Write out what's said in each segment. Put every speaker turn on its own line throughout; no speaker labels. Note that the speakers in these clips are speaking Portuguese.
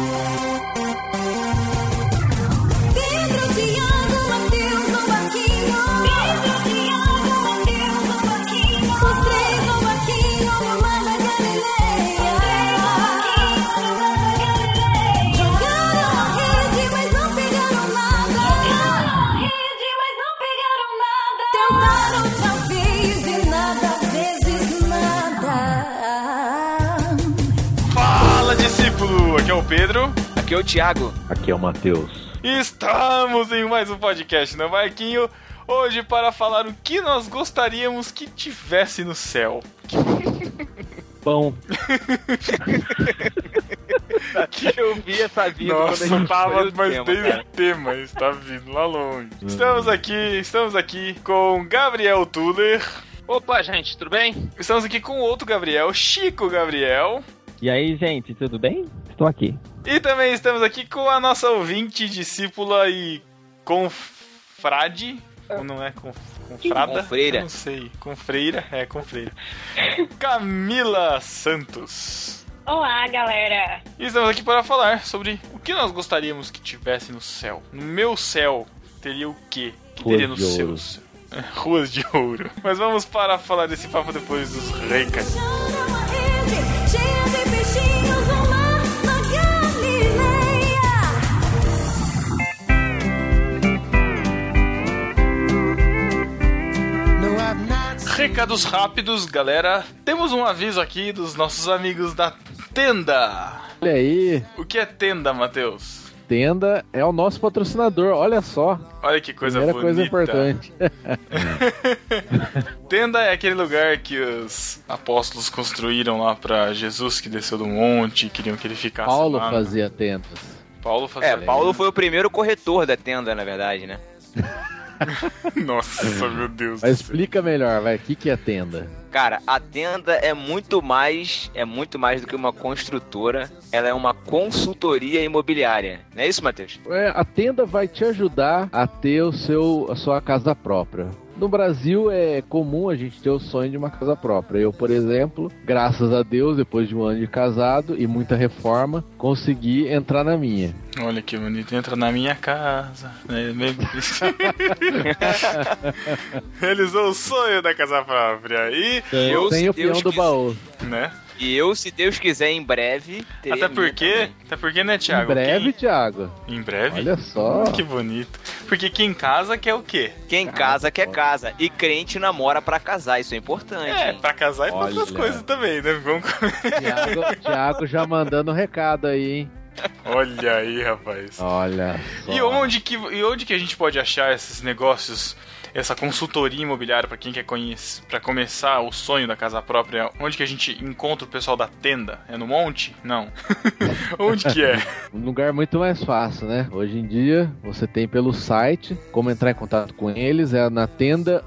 um um
é Pedro.
Aqui é o Thiago.
Aqui é o Matheus.
Estamos em mais um podcast, não, Marquinho? Hoje para falar o que nós gostaríamos que tivesse no céu.
Pão.
Que eu vi essa vida
Nossa,
quando a gente
tava,
fez o
mas
tema,
tem
cara.
o tema, está vindo lá longe. Estamos aqui, estamos aqui com Gabriel Tuller.
Opa, gente, tudo bem?
Estamos aqui com outro Gabriel, Chico Gabriel.
E aí, gente, tudo bem? Estou aqui.
E também estamos aqui com a nossa ouvinte, discípula e confrade. Ou não é conf, confrada?
Confreira.
Eu Não sei. Confreira? É, confreira. Camila Santos.
Olá, galera!
E estamos aqui para falar sobre o que nós gostaríamos que tivesse no céu. No meu céu, teria o quê? Que
Ruas
teria no
de
seu
ouro.
céu? É, Ruas de ouro. Mas vamos para falar desse papo depois dos recadinhos.
Chão é uma rede cheia de peixinhos no mar na Galileia.
Recados rápidos, galera. Temos um aviso aqui dos nossos amigos da Tenda.
Olha aí,
O que é Tenda, Matheus?
Tenda é o nosso patrocinador, olha só.
Olha que coisa
primeira
bonita.
coisa importante.
né?
Tenda é aquele lugar que os apóstolos construíram lá pra Jesus que desceu do monte, queriam que ele ficasse
Paulo
lá.
fazia tendas.
Paulo fazia.
É, Paulo foi o primeiro corretor da tenda, na verdade, né?
Nossa, meu Deus.
Mas
do céu.
explica melhor, vai, o que, que é tenda?
Cara, a tenda é muito mais, é muito mais do que uma construtora. Ela é uma consultoria imobiliária. Não é isso, Matheus?
É, a tenda vai te ajudar a ter o seu, a sua casa própria. No Brasil é comum a gente ter o sonho de uma casa própria. Eu, por exemplo, graças a Deus, depois de um ano de casado e muita reforma, consegui entrar na minha.
Olha que bonito. Entra na minha casa. É meio- Realizou o sonho da casa própria. E,
Eu-
Sem o
eu
peão do
esqueci.
baú.
né?
E eu, se Deus quiser, em breve. terei
Até
a minha
porque.
também.
Até porque, né,
Em
Thiago?
breve,
quem-
Thiago.
Em breve?
Olha só.
Que bonito. Porque quem casa quer o quê?
Quem casa quer casa. E crente namora pra casar. Isso é importante.
É,
hein?
pra casar e pra outras
Olha.
coisas também, né? Vamos...
Thiago, Thiago já mandando um recado aí, hein?
Olha aí, rapaz.
Olha só.
E onde, que, e onde que a gente pode achar esses negócios, essa consultoria imobiliária pra quem quer conhecer, para começar o sonho da casa própria? Onde que a gente encontra o pessoal da tenda? É no monte? Não. onde que é?
Um lugar muito mais fácil, né? Hoje em dia, você tem pelo site como entrar em contato com eles, é na tenda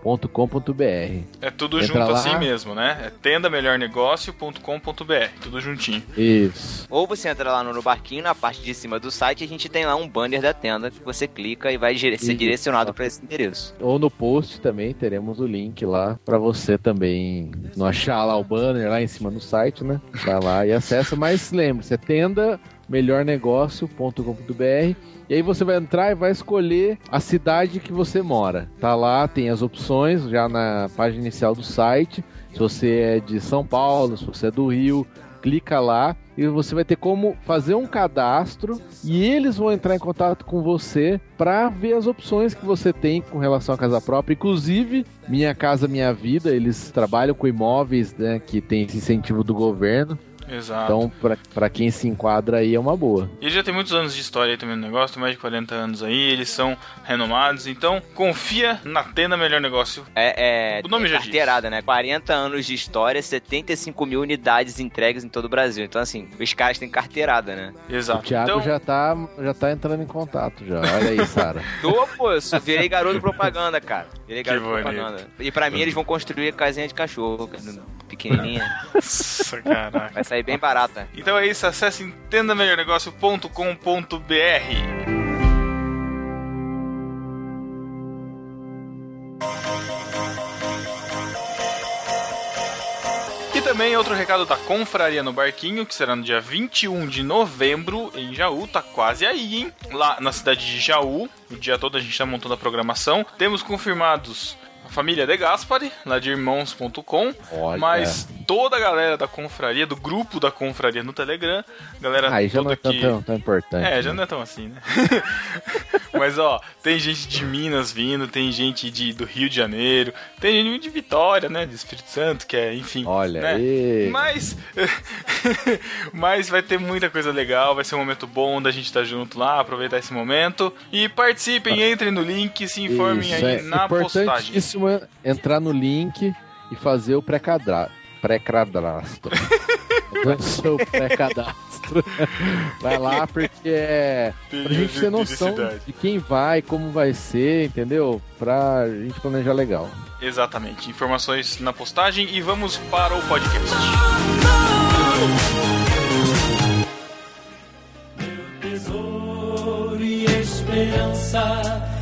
melhornegócio.com.br.
É tudo
Entra
junto
lá.
assim mesmo, né? É tendamelhornegócio.com.br, tudo juntinho.
Isso.
Ou você entra lá no, no barquinho, na parte de cima do site, a gente tem lá um banner da tenda que você clica e vai dire- ser
Isso.
direcionado pra esse endereço.
Ou no post também teremos o link lá pra você também não achar lá o banner lá em cima do site, né? Vai lá e acessa, mas lembre-se, é tenda melhornegócio.com.br e aí você vai entrar e vai escolher a cidade que você mora. Tá lá, tem as opções já na página inicial do site. Se você é de São Paulo, se você é do Rio, clica lá e você vai ter como fazer um cadastro e eles vão entrar em contato com você para ver as opções que você tem com relação à casa própria. Inclusive, Minha Casa Minha Vida, eles trabalham com imóveis, né, que tem esse incentivo do governo.
Exato.
Então, para quem se enquadra aí é uma boa.
E já tem muitos anos de história aí também no negócio, tem mais de 40 anos aí, eles são renomados, então confia na tenda Melhor Negócio.
É, é,
O nome
é
já diz.
carteirada, né? 40 anos de história, 75 mil unidades entregues em todo o Brasil. Então, assim, os caras têm carteirada, né?
Exato.
O Thiago
então,
já, tá, já tá entrando em contato já. Olha aí, Sara.
Tô, pô, eu sou- virei garoto propaganda, cara. Virei
Que
garoto
bonito.
propaganda. E pra mim, eles vão construir casinha de cachorro, cara, pequenininha.
Nossa, caraca.
Vai sair bem barata.
Então é isso, acesse entendamelhornegócio.com.br. E também outro recado da Confraria no Barquinho, que será no dia 21 de novembro em Jaú, tá quase aí, hein? Lá na cidade de Jaú, o dia todo a gente tá montando a programação. Temos confirmados a família De Gaspari, lá de irmãos.com,
Olha.
mas toda a galera da confraria, do grupo da confraria no Telegram. Galera
Aí já
toda
não é tão,
que-
tão- tão importante.
É, já não é tão assim, né? Mas ó, tem gente de Minas vindo, tem gente de, do Rio de Janeiro, tem gente de Vitória, né? De Espírito Santo, que é, enfim.
Olha
né?
aí.
Mas, mas vai ter muita coisa legal, vai ser um momento bom da gente estar junto lá, aproveitar esse momento. E participem, entrem no link, se informem
Ah. Isso,
aí
é
na postagem.
importantíssimo é entrar no link e fazer o pré-cadra- pré-cadastro. Fazer o seu pré-cadastro. Vai lá, porque é pra gente ter noção
Felicidade.
de quem vai, como vai ser, entendeu? Pra gente planejar legal.
Exatamente, informações na postagem e vamos para o podcast.
Tesouro e esperança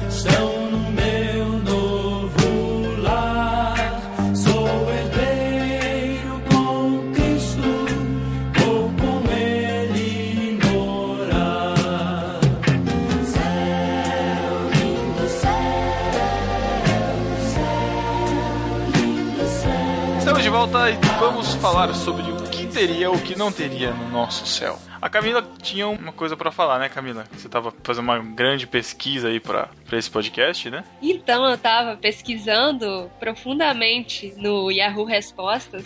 estão no meu novo lar. Sou herdeiro com Cristo, vou com Ele morar. Céu, lindo céu, céu, lindo céu.
Estamos de volta e vamos falar sobre o que teria ou o que não teria no nosso céu. A Camila tinha uma coisa pra falar, né, Camila? Você tava fazendo uma grande pesquisa aí pra pra esse podcast, né?
Então, eu tava pesquisando profundamente no Yahoo Respostas.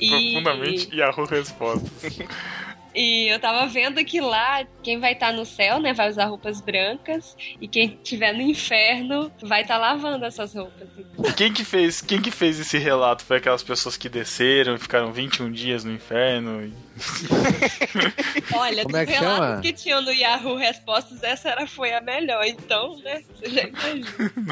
e-
Profundamente Yahoo Resposta.
E eu tava vendo que lá, quem vai estar no céu, né, vai usar roupas brancas. E quem tiver no inferno, vai estar lavando essas roupas.
Quem que fez, quem que fez esse relato? Foi aquelas pessoas que desceram e ficaram 21 dias no inferno? e-
Olha,
Como
dos
é que
relatos
chama?
que tinham no Yahoo Respostas, essa era, foi a melhor. Então, né, você já imagina.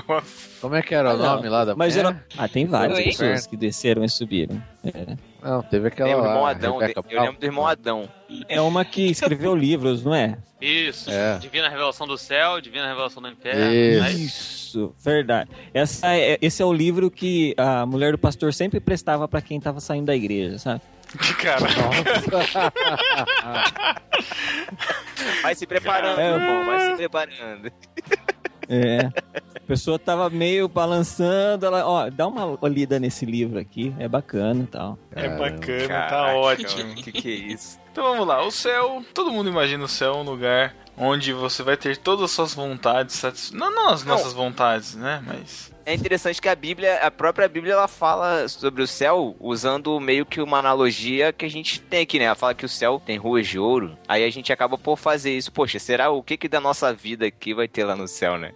Nossa.
Como é que era o
Ah, não.
nome lá da
Mas
mulher?
era- Ah, tem várias
Oi?
um
pessoas que desceram e subiram. É.
Não, teve aquela
Tem o irmão
lá,
Adão,
Rebeca
eu lembro do irmão
Palmer.
Adão.
É uma que escreveu livros, não é?
Isso.
É.
Divina revelação do céu, divina revelação do inferno.
Isso.
Aí-
né? Isso, verdade. Essa é- esse é o livro que a mulher do pastor sempre prestava pra quem tava saindo da igreja, sabe?
Que cara.
Vai se preparando,
É.
irmão, vai se preparando.
É. A pessoa tava meio balançando, ela, ó, dá uma olhada nesse livro aqui, é bacana e tal.
É bacana, tá
Caraca,
ótimo.
O que, que é isso?
Então vamos lá, o céu, todo mundo imagina o céu um lugar onde você vai ter todas as suas vontades satisfeitas. Não, não as
Não.
nossas vontades, né? Mas.
É interessante que a Bíblia, a própria Bíblia, ela fala sobre o céu usando meio que uma analogia que a gente tem aqui, né? Ela fala que o céu tem ruas de ouro. Aí a gente acaba por fazer isso. Poxa, será o que que da nossa vida aqui vai ter lá no céu, né?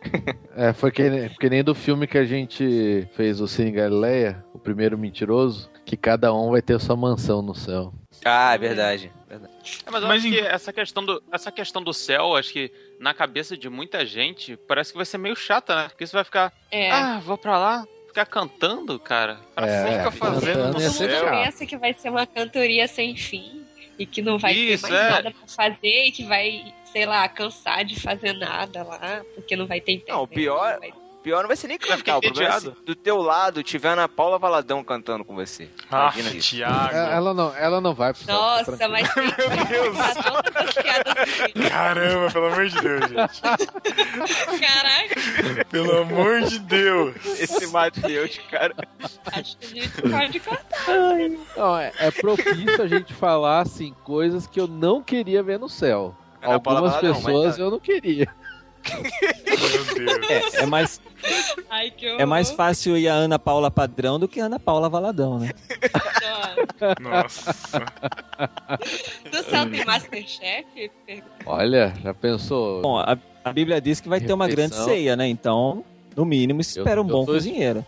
É, foi que, nem- que nem do filme que a gente fez, o Cine Galileia, o primeiro mentiroso, que cada um vai ter sua mansão no céu.
Ah, é verdade. verdade.
É, mas eu
Mas
acho
em-
que essa questão, do, essa questão do céu, acho que na cabeça de muita gente, parece que vai ser meio chata, né? Porque você vai ficar,
É.
ah, vou pra lá, ficar cantando, cara. Pra
É,
sempre
é,
ficar fazendo
cantando
no
ia
Todo
ser
mundo
céu.
chato.
pensa que vai ser uma cantoria sem fim e que não vai
Isso,
ter mais
é.
nada pra fazer e que vai, sei lá, cansar de fazer nada lá, porque não vai ter internet.
Não, o pior-
não vai-
Pior não vai ser nem
Já fiquei
cantar, o problema é se do teu lado tiver a Ana Paula Valadão cantando com você.
Ah,
Imagina isso.
Thiago.
É, Ela não, ela não vai pro céu. fica
Nossa,
tranquila.
mas tem que fazer todas as piadas assim.
Caramba, pelo amor de Deus, gente.
Caraca,
Pelo amor de Deus.
Esse Matheus, cara.
acho que a gente pode cortar.
Não, é, é propício a gente falar, assim, coisas que eu não queria ver no céu.
Ana Paula
Algumas
Valadão, mas
pessoas
tá.
eu não queria.
Meu Deus.
É, é mais,
Ai, que horror.
é mais fácil ir a Ana Paula Padrão do que a Ana Paula Valadão, né?
Ó,
Nossa.
No céu tem Masterchef? Pergunta.
Olha, já pensou?
Bom, a, a Bíblia diz que vai ter uma grande
Refeição.
ceia, né? Então, no mínimo, espera um
eu
bom
tô-
cozinheiro.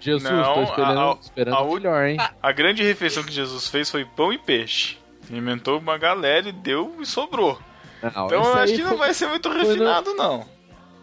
Jesus,
não,
tô esperando,
a- a-
esperando
a
o
ú-
melhor, hein?
A grande refeição que Jesus fez foi pão e peixe. Alimentou uma galera e deu e sobrou.
Não,
Então
esse
eu acho
aí
que não
foi-
vai ser muito
no-
refinado, não.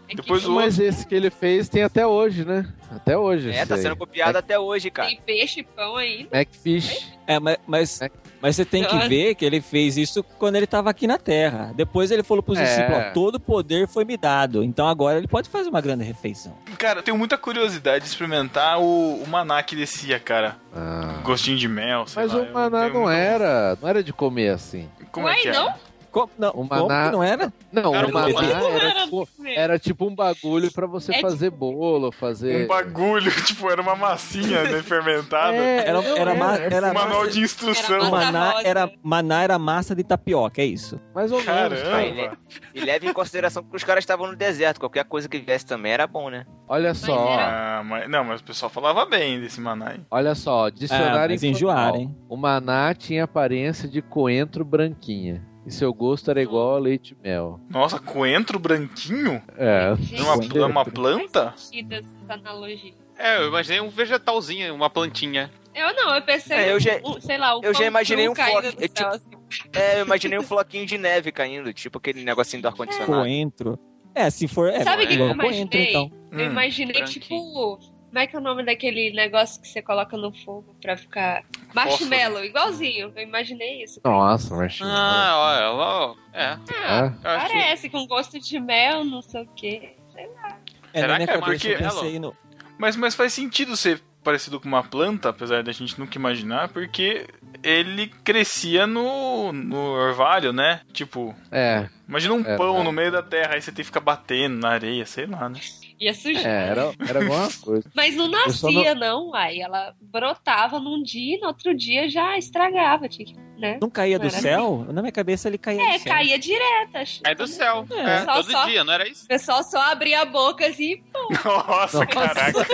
É
Depois
que
o-
Mas esse que ele fez tem até hoje, né? Até hoje.
É,
esse
tá
aí.
sendo copiado até hoje, cara.
tem peixe e pão ainda.
Macfish.
É, ma- mas,
É.
mas você tem que
Nossa.
ver que ele fez isso quando ele estava aqui na Terra. Depois ele falou para os
É.
discípulos: ó, todo poder foi me dado. Então agora ele pode fazer uma grande refeição.
Cara, eu tenho muita curiosidade de experimentar o, o maná que descia, cara.
Ah.
Gostinho de mel, sei
Mas
lá.
o
eu
maná
tenho um
não
muita-
era, não era de comer assim.
Como é
Uai,
que é?
não?
Como, não,
O
como
maná-
que não era?
Não,
Era
o
um
maná
bagulho.
era tipo,
né?
era tipo um bagulho pra você
É tipo-
fazer bolo, fazer.
Um bagulho, tipo, era uma massinha né, fermentada.
É,
Era, era, ma- era
um manual
massa-
de
Era
o
instrução.
massa-
maná
rosa.
era, maná era massa de tapioca, é isso.
Mais ou menos.
Aí,
Caramba!
né? E leve em consideração que os caras estavam no deserto. Qualquer coisa que viesse também era bom, né?
Olha só,
era-
Ah, mas, não, mas o pessoal falava bem desse maná. hein?
olha só,
Ah,
dicionário
mas
informal.
enjoaram, hein?
O maná tinha aparência de coentro branquinha. E seu gosto era igual a leite e mel.
Nossa, coentro branquinho?
É.
É
Gente,
uma,
faz
é uma planta?
sentido essas analogias.
É, eu imaginei um vegetalzinho, uma plantinha.
Eu não, eu pensei,
É, eu já-
o- sei lá, o
eu já
pão
imaginei
cru
um
caindo
foco-
do
eu
céu, assim.
É, eu imaginei um floquinho de neve caindo, tipo aquele negocinho do ar-condicionado.
Coentro. É, se for. É,
Tá. Sabe o que, que eu
igual coentro,
imaginei?
então.
Hum,
eu imaginei,
branquinho.
tipo, como é que é o nome daquele negócio que você coloca no fogo pra ficar... Marshmallow, igualzinho. Eu imaginei isso.
Nossa, mas.
Ah, olha, ó, ó, é.
Ah,
É.
Eu acho que-
parece, com gosto de mel, não sei o quê. Sei lá.
É, na
Será
minha
que é
cabeça eu
marshmallow?
pensei no.
Mas, mas faz sentido ser parecido com uma planta, apesar da gente nunca imaginar, porque ele crescia no, no orvalho, né? Tipo,
É,
imagina um
É,
pão
né?
no meio da terra, aí você tem que ficar batendo na areia, sei lá, né?
Ia sujar.
é, era, era alguma coisa.
Mas não
É. Eu só
nascia, não... uai. Ela brotava num dia e no outro dia já estragava, tinha que- né?
Não caía do
Não era
céu? Na minha cabeça ele caía
É,
do céu.
caía direto. acho.
Cai do céu.
É.
É,
Só,
todo
só.
dia, não era isso?
O pessoal só abria a boca assim.
Nossa, caraca.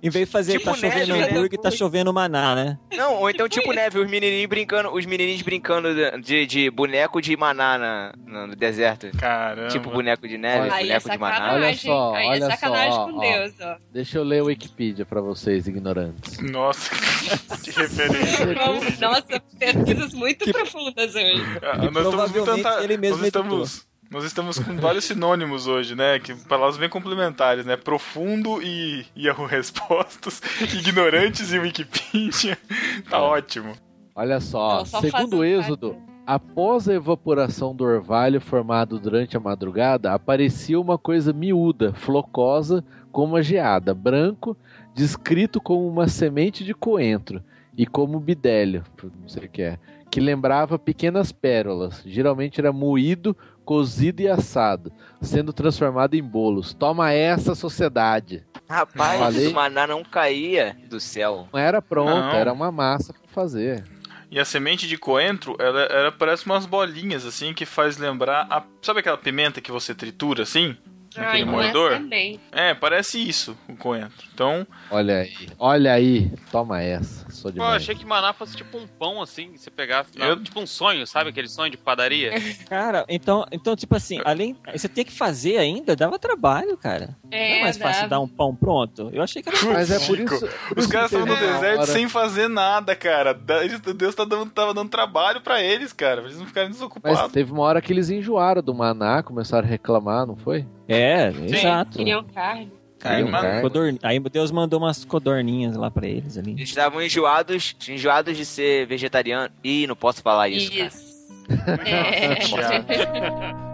Em vez de fazer
Tipo
um
tá chovendo
neve, né?
hambúrguer,
Tipo
tá chovendo maná, né?
Não, ou então tipo neve, os menininhos brincando, os menininhos brincando de, de- de boneco de maná na- na- no deserto.
Caramba.
Tipo boneco de neve,
Olha.
Aí é
boneco de maná.
Olha
sacanagem.
só,
aí
olha
é
só,
sacanagem
ó,
com
ó.
Deus, ó.
Deixa eu ler o Wikipedia pra vocês, ignorantes.
Nossa, que referência.
Vamos- Nossa, pesquisas muito profundas hoje.
Ah,
Que provavelmente ele mesmo
nós estamos, nós estamos com vários sinônimos hoje, né? Que palavras bem complementares, né? Profundo e Yahoo Respostas, ignorantes e Wikipedia.
É.
Tá ótimo.
Olha só,
Não, Então, só
segundo
fazendo
o Êxodo, após a evaporação do orvalho formado durante a madrugada, aparecia uma coisa miúda, flocosa, como a geada, branco, descrito como uma semente de coentro e como bidélio, não sei o que é, que lembrava pequenas pérolas. Geralmente era moído, cozido e assado, sendo transformado em bolos. Toma essa sociedade!
Rapaz,
Falei.
o maná não caía do céu.
Não era
Não.
pronta, era uma massa pra fazer.
E a semente de coentro, ela, ela parece umas bolinhas, assim, que faz lembrar... a- sabe aquela pimenta que você tritura, assim? Naquele
Ai, não é
moedor?
também.
É, parece isso, o coentro. Então,
Olha aí, olha aí, toma essa, sou
Pô,
demais.
eu achei que maná fosse tipo um pão, assim, que você pegasse. na-
Eu-
Tipo um sonho, sabe? Aquele sonho de padaria.
Cara, então, então tipo assim, além. Você tem que fazer ainda, dava trabalho, cara. não
É,
é mais
dá.
fácil dar um pão pronto. Eu achei que era.
Mas é por
Chico,
isso. por
os
isso
caras
que
é
estavam no
teve uma
deserto
hora-
sem fazer nada, cara. Da- eles- Deus tá dando, tava dando trabalho pra eles, cara. Pra eles não ficarem desocupados.
Mas teve uma hora que eles enjoaram do maná, começaram a reclamar, não foi? um
É,
Eles
exato.
Queriam um carne.
Cara,
Queriam carne.
codorn- Aí Deus mandou umas codorninhas lá pra eles ali.
Eles estavam enjoados, enjoados de ser vegetariano. Ih, não posso falar isso. cara.
Isso.
Tá
É.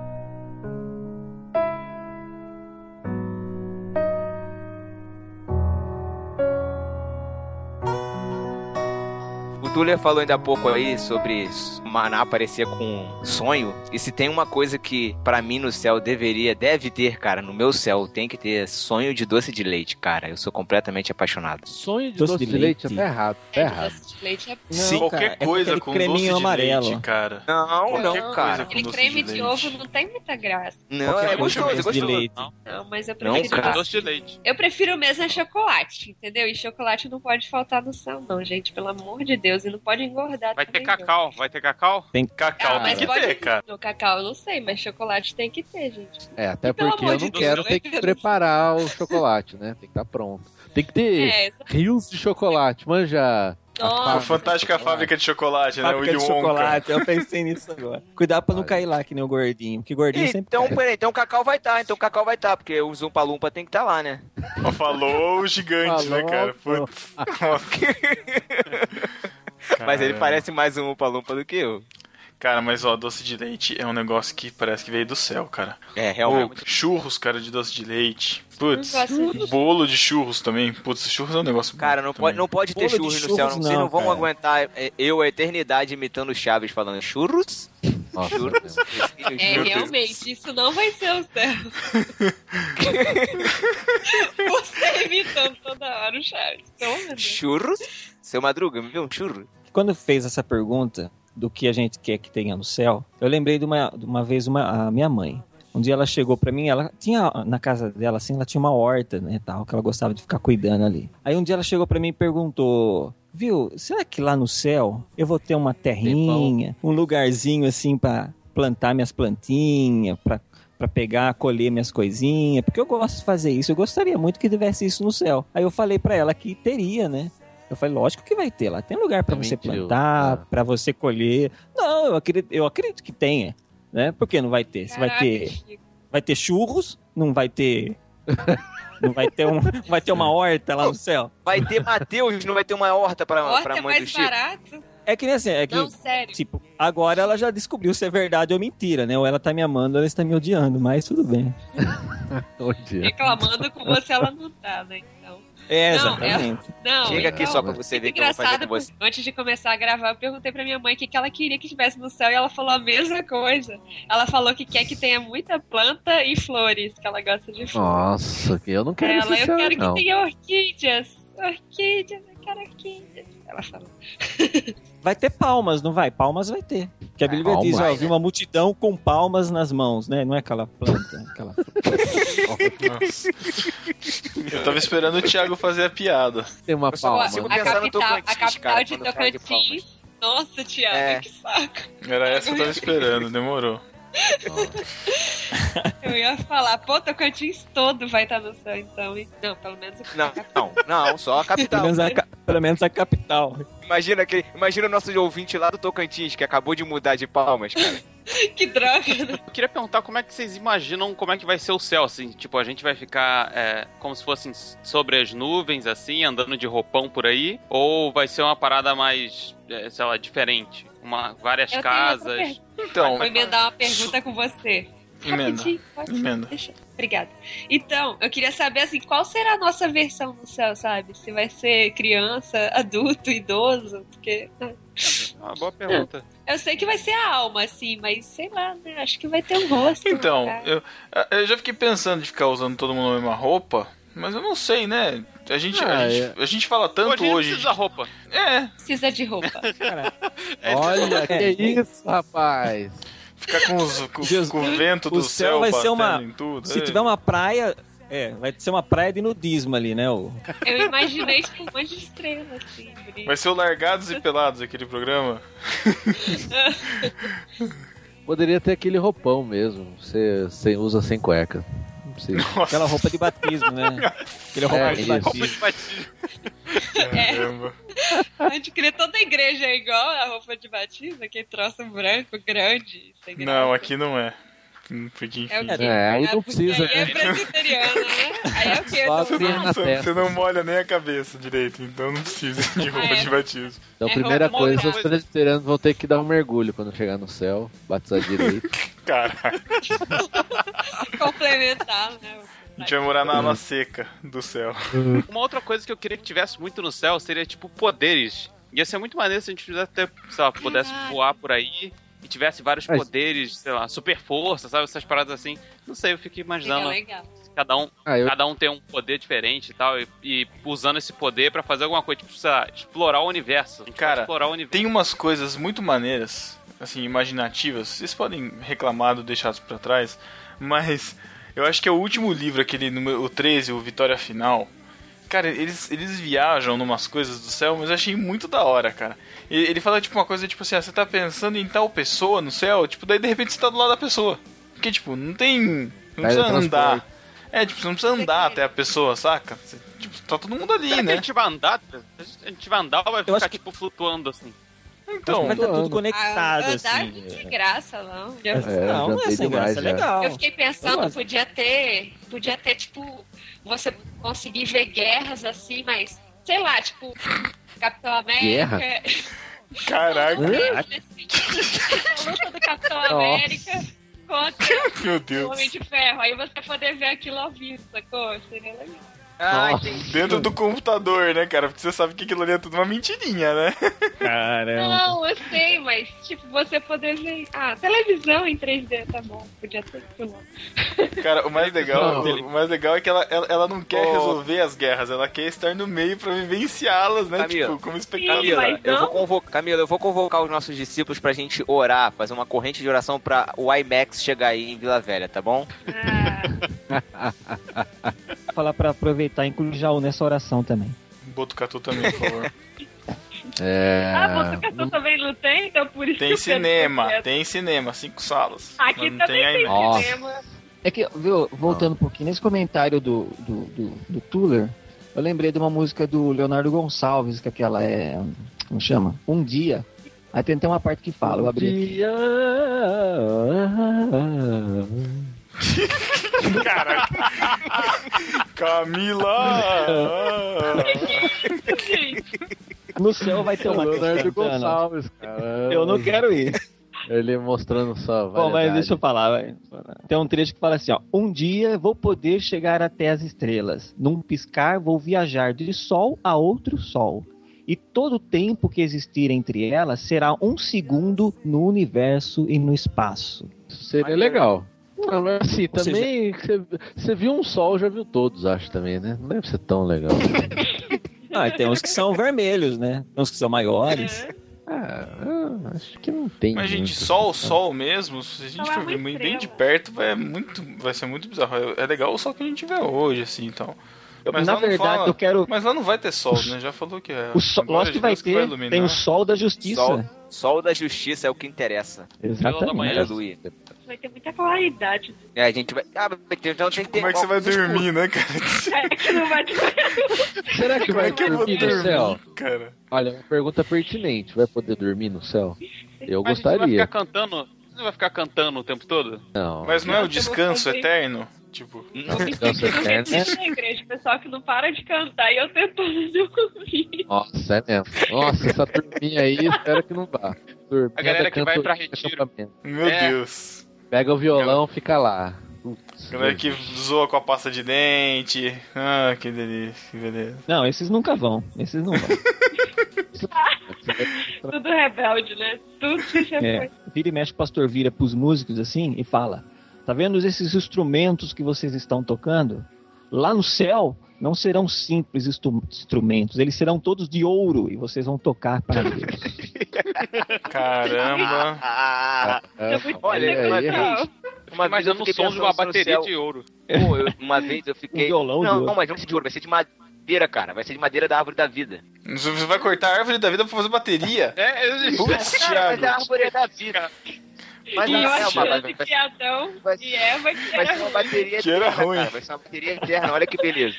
O Tuller falou ainda há pouco aí sobre Maná aparecer com um sonho. E se tem uma coisa que pra mim no céu deveria, deve ter, cara, no meu céu tem que ter sonho de doce de leite, cara. Eu sou completamente apaixonado.
Sonho de
Doce
doce,
de
de leite,
leite.
tá errado, tá
É,
errado.
doce de leite é
Não,
Qualquer
cara, é
coisa
aquele
com doce
creminho
de
amarelo.
leite, cara.
Não,
Qualquer
não,
coisa
cara.
com
Aquele
doce
creme
de leite.
de, ovo não tem muita graça.
Não,
Qualquer
é
coisa
gostoso,
com
é
doce de
gostoso.
leite.
Não, mas eu
Não,
prefiro
cara.
doce.
Doce de leite.
Eu prefiro mesmo é chocolate, entendeu? E chocolate não pode faltar no céu, não, gente. Pelo amor de Deus. E não pode engordar
Vai ter
também,
cacau, vai ter cacau?
Cacau
Ah,
tem
mas
que
pode-
ter, cara.
Não. No cacau eu não sei, mas chocolate tem que ter, gente.
É, até
E pelo
porque
amor
eu
de
não
Deus,
quero
né,
ter que
Pedro?
preparar o chocolate, né? Tem que estar pronto. Tem que ter
É, essa-
rios de chocolate, manja.
A
nossa,
fantástica fábrica de chocolate, né?
Fábrica
Willy
de
Wonka.
chocolate, eu pensei nisso agora. Cuidado pra não
Olha.
cair lá que nem o gordinho, porque o gordinho sempre
Então,
cai.
peraí, então o Cacau vai estar, então o Cacau vai estar, porque o Zumpa Lumpa tem que estar lá, né?
Falou o gigante, né,
Falou,
cara?
pô.
Putz. Nossa.
Mas ele
Caramba.
parece mais um Umpa Lumpa do que eu.
Cara, mas ó, doce de leite é um negócio que parece que veio do céu, cara.
É,
Ô,
realmente.
churros, cara, de doce de leite. Putz,
Eu gosto de-
bolo de churros também. Putz, churros é um negócio
Cara,
bom
não
também.
pode, não pode ter
Bolo de
churros, no
churros
céu, não. Vocês
não,
não vão
cara.
aguentar é, eu a eternidade imitando Chaves falando churros?
Nossa,
Churros?
É,
Meu Deus.
realmente, isso não vai ser o céu. Você imitando toda hora o Charles. Pelo amor de Deus.
churros? Seu Madruga, me viu um churro?
Quando fez essa pergunta do que a gente quer que tenha no céu, eu lembrei de uma, de uma vez uma, a minha mãe. Um dia ela chegou pra mim, ela tinha na casa dela assim, ela tinha uma horta, né, tal, que ela gostava de ficar cuidando ali. Aí um dia ela chegou pra mim e perguntou: "Viu, será que lá no céu eu vou ter uma terrinha, um lugarzinho assim pra plantar minhas plantinhas, pra Pra pegar, colher minhas coisinhas, porque eu gosto de fazer isso, eu gostaria muito que tivesse isso no céu. Aí eu falei pra ela que teria, né? Eu falei, lógico que vai ter lá. Tem lugar pra
É
você
mentira.
plantar,
Ah.
pra você colher. Não, eu acredito, eu acredito que tenha, né? Por que não vai ter? Você vai
Caraca,
ter,
Chico.
vai ter churros, não vai ter não vai ter um, vai ter uma horta lá no céu.
Vai ter Mateus, não vai ter uma horta pra, pra
Horta é
mãe do
mais
Chico?
barato?
É que nem assim, é que
Não, sério.
tipo, agora ela já descobriu se é verdade ou mentira, né? Ou ela tá me amando, ou ela está me odiando, mas tudo bem.
onde é?
Reclamando com você, ela não tá, né? Então. Não,
É, exatamente.
Não,
Chega aqui
então,
só pra você ver que eu vou fazer
Engraçado,
com você.
porque antes de começar a gravar, eu perguntei pra minha mãe o que, que ela queria que tivesse no céu e ela falou a mesma coisa. Ela falou que quer que tenha muita planta e flores, que ela gosta de flores.
Nossa, que eu não quero
ela,
esse
eu quero
céu, não.
que tenha orquídeas. Orquídeas, eu quero orquídeas. Ela falou.
Vai ter palmas, não vai? Palmas vai ter. Porque a Bíblia
Palmas.
diz, ó, eu vi uma multidão com palmas nas mãos, né? Não é aquela planta, aquela
Tá,
Nossa. Eu tava esperando o Thiago fazer a piada.
Tem uma
Eu só
palma.
consigo
a
pensar no
capital, a
Tocantins,
capital
cara,
de
quando fala de
Tocantins. Nossa, Tiago,
É.
que saco.
Era essa que eu tava esperando, demorou.
Eu ia falar, pô, Tocantins todo vai estar no céu, então. E- Não, pelo menos o
Não, não, não, só a
pelo,
capital.
menos a, ca- pelo menos a capital.
Imagina, aquele, imagina o nosso ouvinte lá do Tocantins, que acabou de mudar de palmas, cara.
Que droga, né?
Eu queria perguntar como é que vocês imaginam como é que vai ser o céu, assim, tipo, a gente vai ficar é, como se fossem sobre as nuvens, assim, andando de roupão por aí, ou vai ser uma parada mais, é, sei lá, diferente? Uma, várias
Eu tenho outra
casas.
pergunta.
Então,
Vou emendar uma pergunta com você.
emenda.
Rapidinho, pode?
Emenda.
Deixa. Obrigada. Então, eu queria saber assim, qual será a nossa versão do céu, sabe? Se vai ser criança, adulto, idoso, porque
Uma boa
É,
pergunta.
eu sei que vai ser a alma assim, mas sei lá, né? Acho que vai ter um rosto.
Então,
cara.
eu, eu já fiquei pensando de ficar usando todo mundo a mesma roupa, mas eu não sei, né? A gente, a
Ah,
gente,
é.
a gente fala tanto
Hoje,
hoje.
precisa da roupa.
É,
precisa de roupa. é
Olha, que isso, rapaz.
ficar com, os, com,
Jesus,
com o vento do
o céu
céu,
vai ser
batendo
uma-
em tudo.
Se
é.
tiver um uma praia, é, vai ser uma praia de nudismo ali, né? O...
Eu imaginei tipo, um monte de estrela assim, bonito.
Vai ser o Largados e Pelados, aquele programa.
Poderia ter aquele roupão mesmo. Você, você usa sem cueca. Não precisa.
Nossa,
Aquela roupa de batismo, né? Aquele roupa
É,
de
isso.
batismo.
É.
caramba.
A gente cria toda a igreja é igual a roupa de batismo, aquele troço branco, grande, sem graça.
Não, aqui não é. Hum, Porque, enfim.
É o quê?
É, aí
Ah,
não
porque
precisa,
Aí é
né?
presbiteriana, né? Aí é o quê?
Só
Não-
tem na
Você,
testa.
você não molha nem a cabeça direito, então não precisa de roupa
Ah, é.
de batismo.
Então,
É,
primeira
uma
coisa,
outra
os
coisa.
presbiterianos vão ter que dar um mergulho quando chegar no céu, batizar direito.
Caraca,
complementar, né?
a gente vai
Hum.
morar na ala seca do céu.
Uma outra coisa que eu queria que tivesse muito no céu seria, tipo, poderes. Ia ser muito maneiro se a gente fizesse até, sei lá, pudesse
Verdade.
voar por aí e tivesse vários
Mas-
poderes, sei lá, super força, sabe? Essas paradas assim. Não sei, eu fico
Legal,
imaginando
legal.
cada um,
Ah, eu,
cada um tem um poder diferente e tal, e, e usando esse poder pra fazer alguma coisa, tipo, sei lá, explorar o universo. A gente
Cara,
pode explorar o universo.
Tem umas coisas muito maneiras, assim, imaginativas. Vocês podem reclamar do deixados pra trás, mas eu acho que é o último livro, aquele número o 13, o Vitória Final. Cara, eles, eles viajam numas coisas do céu, mas eu achei muito da hora, cara. E- Ele fala tipo uma coisa tipo assim, ah, você tá pensando em tal pessoa no céu, tipo, daí de repente você tá do lado da pessoa. Porque, tipo, não tem. Não precisa
Teletransporte.
andar. É, tipo, você não precisa andar
que-
até a pessoa, saca? Você, tipo, tá todo mundo ali,
Será que a
né?
gente vai andar? A gente vai andar ou vai ficar,
acho que-
tipo, flutuando assim?
Então,
vai estar tá tudo
voando.
Ah,
conectado,
andar
assim.
de graça, não. né? Eu,
É,
Não,
já
não é
tem
sem graça,
demais,
é
já.
legal.
eu fiquei pensando,
Nossa.
podia ter, podia ter, tipo, você conseguir ver guerras assim, mas, sei lá, tipo, Capitão América.
Guerra?
Caraca,
A luta do Capitão América contra
meu
o Homem
Deus.
de Ferro. Aí você poder ver aquilo ao vivo, sacou? Seria legal.
Ah,
Nossa.
entendi.
Dentro do computador, né, cara? Porque você sabe que aquilo ali é tudo uma mentirinha, né?
É um
Caramba.
Não, eu sei, mas tipo, você poder ver. Ah, televisão em 3D, tá bom. Podia ter que não.
Cara, o mais legal,
Não.
o mais legal é que ela, ela, ela não quer
Ô.
resolver as guerras, ela quer estar no meio pra vivenciá-las,
Tá
né?
Camila.
Tipo, como espectador.
Camila,
Mas
eu vou
não.
convocar, Camila, eu vou convocar os nossos discípulos pra gente orar, fazer uma corrente de oração pra o IMAX chegar aí em Vila Velha, tá bom?
Ah,
Falar pra aproveitar, incluir Jaú nessa oração também.
Botucatu também, por favor.
É.
ah você pensou também não tem? Então por isso que
Tem
eu quero fazer.
cinema, tem cinema, cinco salas.
Aqui
Mas não
também tem,
tem IMAX.
Nossa.
cinema.
É que, viu,
Ah.
voltando um pouquinho, nesse comentário do, do, do, do Tuller, eu lembrei de uma música do Leonardo Gonçalves, que aquela é. Como chama? Um Dia. Aí tem até uma parte que fala, eu abri aqui.
Dia...
Caraca. Camila!
Gente,
Um No céu vai ter
O
uma
Leonardo Gonçalves, cara.
então, Eu não quero ir.
Ele mostrando só.
Bom, mas deixa eu falar, vai. Tem um trecho que fala assim, ó. Um dia vou poder chegar até as estrelas. Num piscar vou viajar de sol a outro sol. E todo o tempo que existir entre elas será um segundo no universo e no espaço.
Isso seria legal. Não, mas assim,
Ou seja-
também você, você viu um sol, já viu todos, acho também, né? Não deve ser tão legal.
Ah, e tem uns que são vermelhos, né? Tem uns que são
É.
maiores.
É.
Ah, ah, acho que não tem.
Mas, gente,
muito.
só o sol mesmo, se a gente
Não, é
for
uma
ver muito- bem de
estrela.
perto, vai, é muito, vai ser muito bizarro. É é legal o sol que a gente vê hoje, assim, então. Mas
Na
lá não
verdade,
fala-
eu quero.
Mas lá não vai ter sol, né? Já falou que é.
O sol,
Glória
lógico
de
que vai
Deus
ter.
iluminar.
tem o sol da justiça.
Sol, sol da justiça é o que interessa.
Exatamente.
manhã.
Aleluia.
vai ter muita claridade.
É, a gente vai. Ah, mas então tem que ter.
Como é que você vai
óculos escuros.
dormir, né, cara?
É que não vai ter.
Será que
Como
vai
é que eu vou
dormir no céu?
dormir, cara?
Olha, uma pergunta pertinente. Vai poder dormir no céu? Eu
Mas A gente
gostaria.
vai ficar cantando. Você não vai ficar cantando o tempo todo?
Não.
Mas não é o
Eu
descanso
vou dormir.
eterno? Tipo,
Não,
Isso
descanso
aqui
né?
eterno.
não existe na igreja, o pessoal que não para de cantar e eu tentando dormir.
Nossa, é mesmo. Nossa, essa turminha aí, espero que não vá. Turminha
A galera
da
que vai
cantoria
pra
do
retiro.
acampamento.
meu
É.
Deus.
Pega o violão, fica lá. Putz,
Galera que zoa com a pasta de dente. Ah, que delícia, que beleza.
Não, esses nunca vão. Esses não vão.
Tudo rebelde, né? Tudo que você
É.
foi.
Vira e mexe, o pastor vira pros músicos assim e fala: Tá vendo esses instrumentos que vocês estão tocando? Lá no céu não serão simples instru- instrumentos, eles serão todos de ouro e vocês vão tocar para Deus.
Caramba.
Ah,
É,
Olha,
olha aí,
olha aí.
Não,
uma vez eu
Imaginando
fiquei
o som de
pensando
uma
isso no
bateria
céu.
de ouro.
Pô, eu- uma vez eu
É. Um
fiquei.
violão de
não,
ouro.
não, mas não de ouro, vai ser de madeira, cara. Vai ser de madeira da árvore da vida.
Você vai cortar a árvore da vida pra fazer bateria?
É, eu-
Putz,
Cara, mas é a
Thiago.
árvore da vida. Mas
E
não
eu
é uma
achando
vai-
que Adão e Eva que
vai
era
ser uma bateria
Que era
eterna,
ruim.
cara. Vai ser uma bateria eterna, olha que beleza.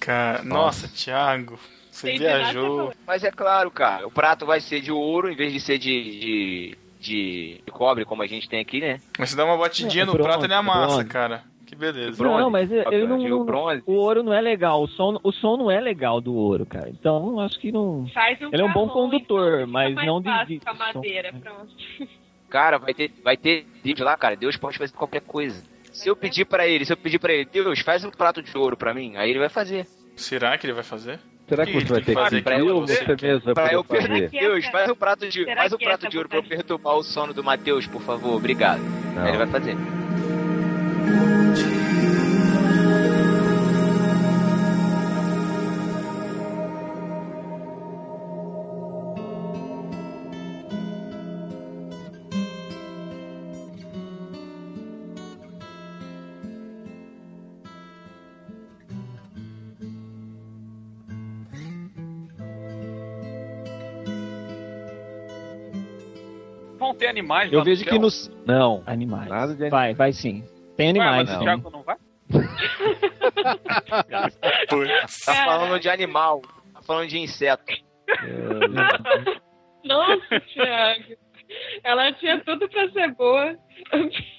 Cara, nossa, Thiago. Você
Tem
viajou.
Mas é claro, cara, o prato vai ser de ouro em vez de ser de, de, de, de cobre, como a gente tem aqui, né?
Mas você dá uma batidinha
É,
no
bronze,
prato, ele amassa,
bronze.
cara. Que beleza.
Bronze.
mas eu, eu
De bronze.
O ouro não é legal, o som, o som não é legal do ouro, cara. Então eu acho que não.
Faz um
Ele é um bom
carrão, então
condutor,
fica
mas
mais
não de-
fácil
de-
com a madeira, pronto.
Cara, vai ter, vai ter Deus lá, cara. Deus pode fazer qualquer coisa. Se eu pedir pra ele, se eu pedir pra ele, Deus, faz um prato de ouro pra mim, aí ele vai fazer.
Será que ele vai fazer?
Será que
Que
você vai
que
ter
fazer
que
pra
pedir ou
você?
você mesmo vai
Pra
poder
eu
fazer?
Que é,
Deus,
cara?
faz um prato de,
Será
faz um
que é
prato
essa
de ouro pra eu
vontade-
perturbar o sono do Mateus, por favor, obrigado. Aí ele vai fazer.
Vão ter animais
Eu
lá
vejo
no
que
céu.
nos.
Não.
Animais.
Nada de
Vai, vai sim. Tem
Ué,
animais.
mas o
sim.
Thiago não vai?
Putz.
Tá
Cara.
falando de animal, tá falando de inseto.
Nossa, Thiago. Ela tinha tudo pra ser boa.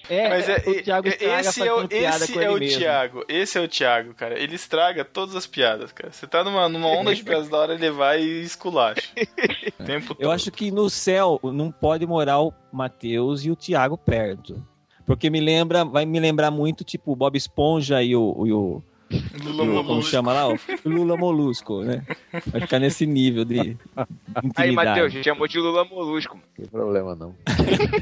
É,
Mas é,
o Thiago Estraga
é- esse é
fazendo
o,
piada
esse
com
é
ele
o
mesmo.
Thiago. Esse é o Thiago, cara. Ele estraga todas as piadas, cara. Você tá numa, numa onda de piadas da hora, ele vai e esculacha. O tempo
Eu acho que no céu não pode morar o Matheus e o Thiago perto. Porque me lembra, vai me lembrar muito, tipo, o Bob Esponja e o. E o
Lula
e o- como
Molusco.
chama lá? O Lula Molusco, né? Vai ficar nesse nível de.
Aí,
intimidade.
Matheus, chamou de Lula Molusco.
Não tem problema, não.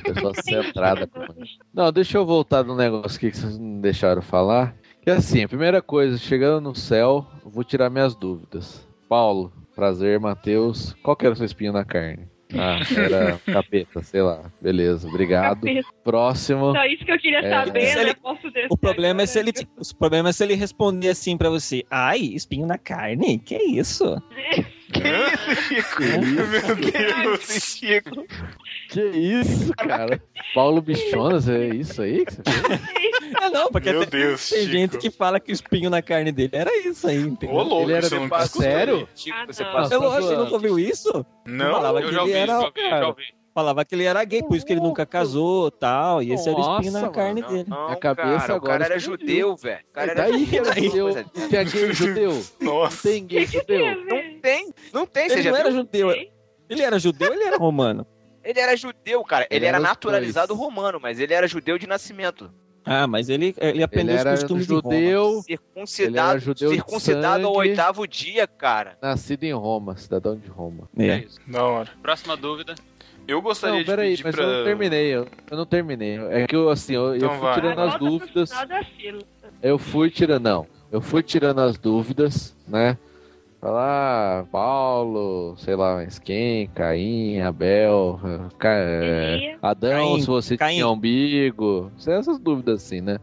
Pessoa centrada. pelo menos. Não, deixa eu voltar no negócio aqui que vocês não deixaram falar. Que assim, a primeira coisa, chegando no céu, eu vou tirar minhas dúvidas. Paulo, prazer, Matheus. Qual que era o seu espinho na carne? Ah, era capeta, sei lá. Beleza, obrigado.
Capeta.
Próximo.
Só isso que eu queria
É.
saber,
Se ele-
né? Posso descer.
O problema, é se ele, o problema é se ele responder assim pra você: Ai, espinho na carne? Que isso?
Meu Deus,
Chico.
Que isso, cara? Paulo Bichonas, é isso aí que você fez?
É, não, porque
Meu
até-
Deus,
tem
Chico.
gente que fala que o espinho na carne dele era isso aí, entendeu?
Ô, louco,
Ele era
isso eu
de-
nunca escutei.
sério?
Tipo,
Chico,
Ah,
você
não.
Eu,
passou
eu, você assim,
zoando.
nunca ouviu isso?
Não,
Falava
Eu
que
já ouvi,
ele era,
já ouvi,
cara,
já ouvi.
Falava que ele era gay, por isso que ele nunca casou tal. E esse era o
Nossa,
espinho na
mano,
carne
Não,
dele.
não,
Minha cabeça
cara, o
agora
cara era
explodiu.
judeu, velho. O cara
E
era
daí que
judeu.
era né? judeu.
coisa-
Tinha gay judeu?
Nossa.
Tem gay judeu?
Não tem, não tem. você
Ele
já
não era
viu?
judeu. Ele era judeu ele era romano?
Ele era judeu, cara. Ele,
Ele
era
era os
naturalizado
dois.
romano, mas ele era judeu de nascimento.
Ah, mas ele, ele
Ele
aprendeu
era
os costumes de Roma.
judeu, Ele era
Circuncidado,
judeu de
circuncidado ao
sangue.
oitavo dia, cara.
nascido em Roma, cidadão de Roma.
É
É.
isso.
Da hora.
Próxima dúvida.
Eu gostaria
Não,
de
peraí,
pedir
mas
pra.
eu não terminei, eu, eu não terminei. É que eu, assim, eu,
Então
eu fui
vai.
tirando
tá
as dúvidas,
Não,
eu fui tirando, não, eu fui tirando as dúvidas, né? Falar, ah, Paulo, sei lá mais quem, Caim, Abel, Ca- é, Adão,
Caim,
se você
Caim.
tinha umbigo, sei, essas dúvidas assim, né?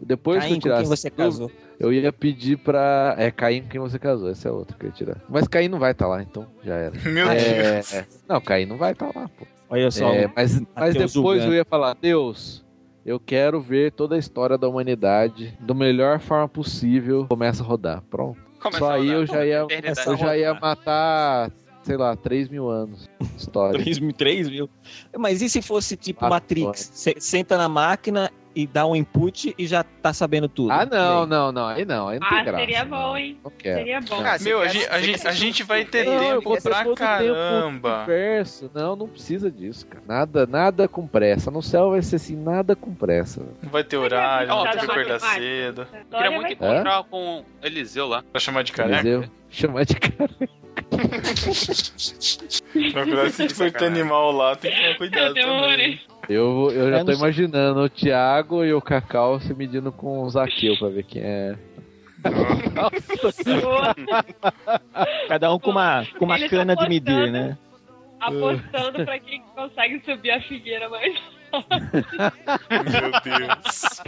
Depois que
Caim,
eu
com
tirar
quem
as
você
dúvidas,
casou.
eu ia pedir pra. É, Caim com quem você casou, essa é outra que eu ia tirar. Mas Caim não vai estar lá, então já era.
Meu
É,
Deus.
é. Não, Caim não vai estar lá, pô.
Olha só.
É, mas, mas
Mateus
depois eu
julgando.
ia falar, Deus, eu quero ver toda a história da humanidade da melhor forma possível. Começa a rodar. Pronto.
Começa
Só
a
aí
rodar.
eu já ia.
Eternidade.
Eu já ia
Rodar.
matar, sei lá, 3 mil anos. de História.
3 mil, mil. Mas e se fosse tipo
Ah,
Matrix? Você senta na máquina e dá um input e já tá sabendo tudo.
ah, não,
E
não, não. Aí não, aí não tem
Ah,
graça. né? É.
seria bom,
não.
hein?
Não quero.
Seria bom.
Cara,
Meu,
você
a
quer-
gente, a
você
gente,
quer
a gente vai ter
Não, eu
tempo
vou ter
pra
todo o tempo
Ah.
caramba.
Verso, não, não precisa disso, cara. Nada, nada com pressa. No céu vai ser assim, nada com pressa.
Não vai ter horário, não
Ó,
vai ter que
tá
acordar
mais.
cedo.
Eu queria muito
Hã?
encontrar com Eliseu lá.
Pra chamar de
Mas
careca.
eu chamar de cara.
Pra cuidar se for
Sacanagem.
animal lá, tem que tomar
Eu
cuidado também.
demorei.
Eu, vou- eu já
Eu
tô
não sei.
imaginando o Thiago e o Cacau se medindo com o Zaqueu pra ver quem é.
Boa.
Cada um com uma, com uma
Ele tá
cana de
postando.
medir, né?
Apostando pra quem consegue subir a figueira mais.
Meu Deus.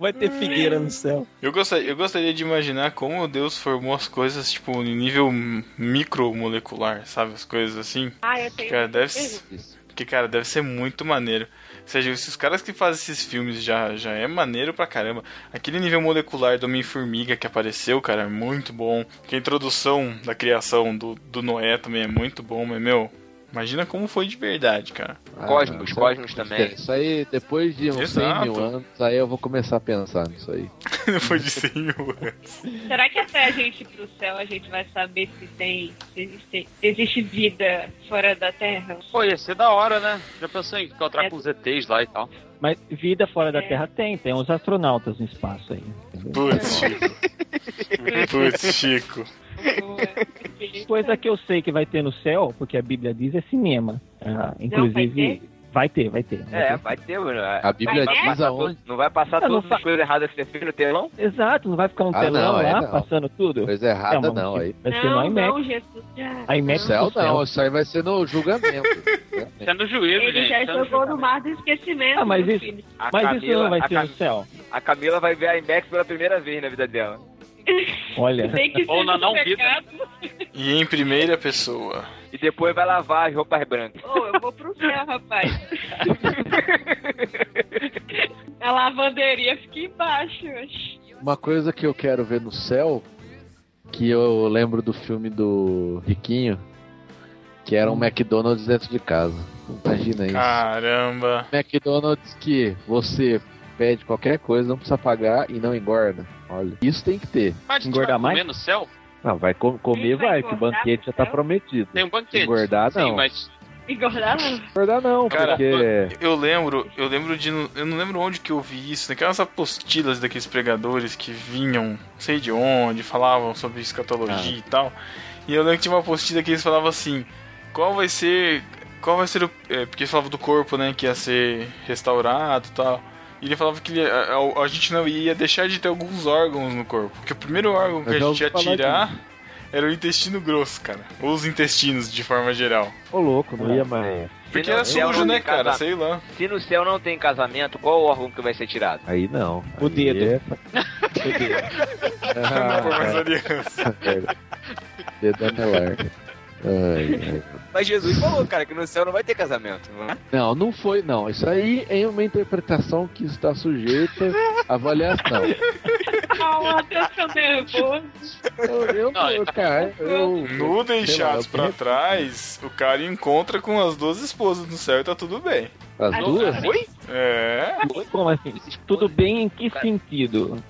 Vai ter figueira no céu.
Eu gostaria, eu gostaria de imaginar como Deus formou as coisas, tipo, em nível micromolecular, sabe? As coisas assim.
Ah, eu tenho.
Cara, deve ser. Porque, cara, deve ser muito maneiro. Ou seja, se os caras que fazem esses filmes já, já é maneiro pra caramba. Aquele nível molecular do Homem-Formiga que apareceu, cara, é muito bom. Que a introdução da criação do, do Noé também é muito bom, mas, meu, imagina como foi de verdade, cara.
Cosmos,
Ah,
Cosmos
É,
também.
Isso aí, depois de uns 100 mil
Exato.
anos, aí eu vou começar a pensar nisso aí.
foi de 100 mil anos.
Será que até a gente ir pro céu a gente vai saber se tem. Se existe, se existe vida fora da Terra?
Pô, ia ser da hora, né? Já pensou em encontrar
É.
com os ETs lá e tal.
Mas vida fora da
É.
Terra tem, tem uns astronautas no espaço aí.
Putz, Chico. Putz, Chico.
Boa.
Coisa que eu sei que vai ter no céu, porque a Bíblia diz, é cinema. Ah, inclusive, vai ter, vai ter. vai
É,
ter.
vai ter, mano.
A Bíblia
Mas é?
diz aonde?
Não vai passar
Eu não
todas as
fa-
coisas erradas que você fez no telão?
Exato, não vai ficar um
Ah,
telão
não, é,
lá,
não.
passando tudo.
Coisa errada,
É, mas é
não. Aí.
Vai ser no
Não,
IMAX.
não, Jesus. já-
A IMAX
No céu,
do céu.
não. Isso aí vai ser no julgamento.
Isso é no juízo,
Ele
gente.
já
isso é no
jogou no
juízo.
mar do esquecimento.
Ah, mas
meu
isso-
filho.
A
Mas isso
Camila,
não vai
a,
ter
Cam-
no céu.
a Camila vai ver a IMAX pela primeira vez na vida dela.
Olha,
Tem que ser
Ou na
do
não vida.
pecado.
E em primeira pessoa.
E depois vai lavar as roupas brancas.
Ô, eu vou pro céu, rapaz. a lavanderia fica embaixo. oxe.
Uma coisa que eu quero ver no céu, que eu
Hum.
lembro do filme do Riquinho, que era um McDonald's dentro de casa. Imagina isso.
Caramba.
McDonald's que você pede qualquer coisa, não precisa pagar e não engorda. Olha, isso tem que ter.
Mas a gente vai comer no céu?
Não, Ah, vai co- comer, vai, que o banquete já tá prometido.
Tem um banquete.
Engordar, não.
Sim, mas
Engordar não.
Engordar não,
Cara,
porque...
Eu lembro, eu lembro de. Eu não lembro onde que eu vi isso, naquelas apostilas daqueles pregadores que vinham, não sei de onde, falavam sobre
Ah.
escatologia e tal. E eu lembro que tinha uma apostila que eles falavam assim: qual vai ser. Qual vai ser o. é, porque eles falavam do corpo, né, que ia ser restaurado e tal. E ele falava que ele- a, a- a gente não ia deixar de ter alguns órgãos no corpo. Porque o primeiro órgão que
Eu
a
já
gente ia
ouvi falar
tirar era o intestino grosso, cara. Ou os intestinos, de forma geral.
Ô, louco, não ia mais.
Porque
Se no
era
céu
sujo,
não
né,
tem
cara?
casamento.
Sei lá.
Se no céu não tem casamento, qual o órgão que vai ser tirado?
Aí é não.
O dedo.
Ah, é.
Pô, mas aliança.
dedo anelar. Ai, ai.
Mas Jesus falou, cara, que no céu não vai ter casamento. não é?
Não, não foi, não. Isso aí é uma interpretação que está sujeita à avaliação.
Ah, Deus, tô nervoso.
Eu, eu,
Não,
eu,
então,
cara, eu,
Nudem
sei lá, é
chatos
eu-
pra trás, o cara encontra com as duas esposas no céu e tá tudo bem.
As duas?
Oi? É.
Como assim? Tudo bem em que sentido?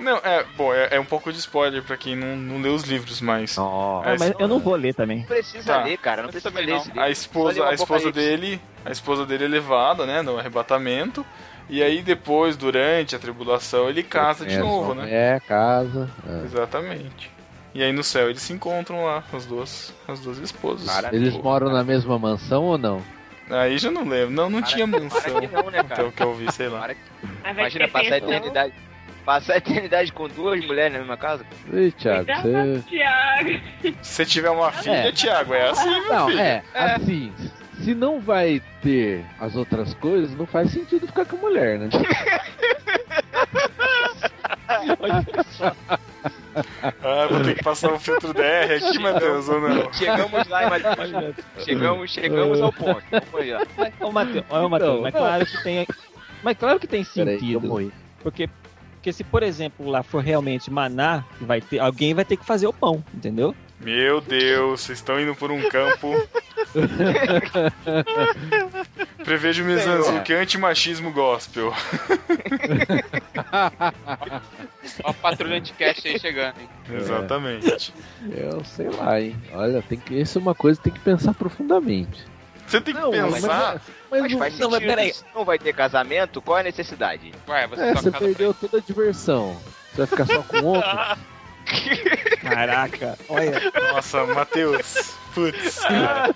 Não, é, bom, é, é um pouco de spoiler pra quem não, não leu os livros, mas.
Nossa.
Ah,
É
mas eu não vou ler também.
Não precisa
Tá.
ler, cara. Não precisa
também
ler
não.
esse livro.
A
Só
esposa,
ler o
a esposa
um Apocalipse.
dele, a esposa dele é levada, né, no arrebatamento. E aí depois, durante a tribulação, ele casa de
É,
novo,
só-
né?
É, casa. é.
Exatamente. E aí no céu eles se encontram lá, as duas, as duas esposas.
Eles moram na mesma mansão ou não?
Aí já não lembro. Não, não
Para-
tinha mansão.
Para que não, né,
Até o
cara?
que eu vi, sei lá.
Para-
Mas vai
Imagina
ter
passar a
pensão.
eternidade. Passar a eternidade com duas mulheres na mesma casa?
Ei, Thiago,
Cuidado,
você.
Thiago.
Se tiver uma filha,
É.
Thiago, é assim, meu
Não,
filho.
é, assim. Se não vai ter as outras coisas, não faz sentido ficar com mulher, né?
Ah, vou ter que passar um filtro DR aqui, Matheus, ou não?
Chegamos lá, Matheus. Chegamos, chegamos ao ponto. Vamos lá.
Ô, Matheus, ô, Matheus,
Então,
mas
não.
claro que tem. Mas claro que tem
Peraí, que eu
sentido.
morri.
porque, porque se, por exemplo, lá for realmente maná, vai ter, alguém vai ter que fazer o pão, entendeu?
Meu Deus, vocês estão indo por um campo. Prevejo Mizanzu, que é antimachismo gospel.
ó, o patrulhante cast aí chegando, hein?
É.
Exatamente.
Eu sei lá, hein? Olha, tem que, isso é uma coisa que tem que pensar profundamente.
Você tem que
Não, mas-
pensar.
Mas,
Mas
não-
faz
não, mas
sentido.
peraí.
Se não vai ter casamento, qual é a necessidade?
Ué, você
é,
tá
você
com a casa
perdeu toda a diversão. Você vai ficar só com um outro?
Caraca, olha.
Nossa, Matheus. Putz, cara.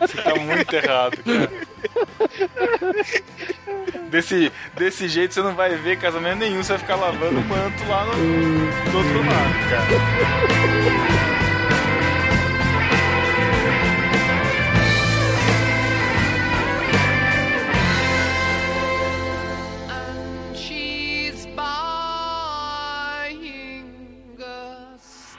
Você tá muito errado, cara. Desse, desse jeito você não vai ver casamento nenhum, você vai ficar lavando o manto lá no, do outro lado, cara.
She's buying us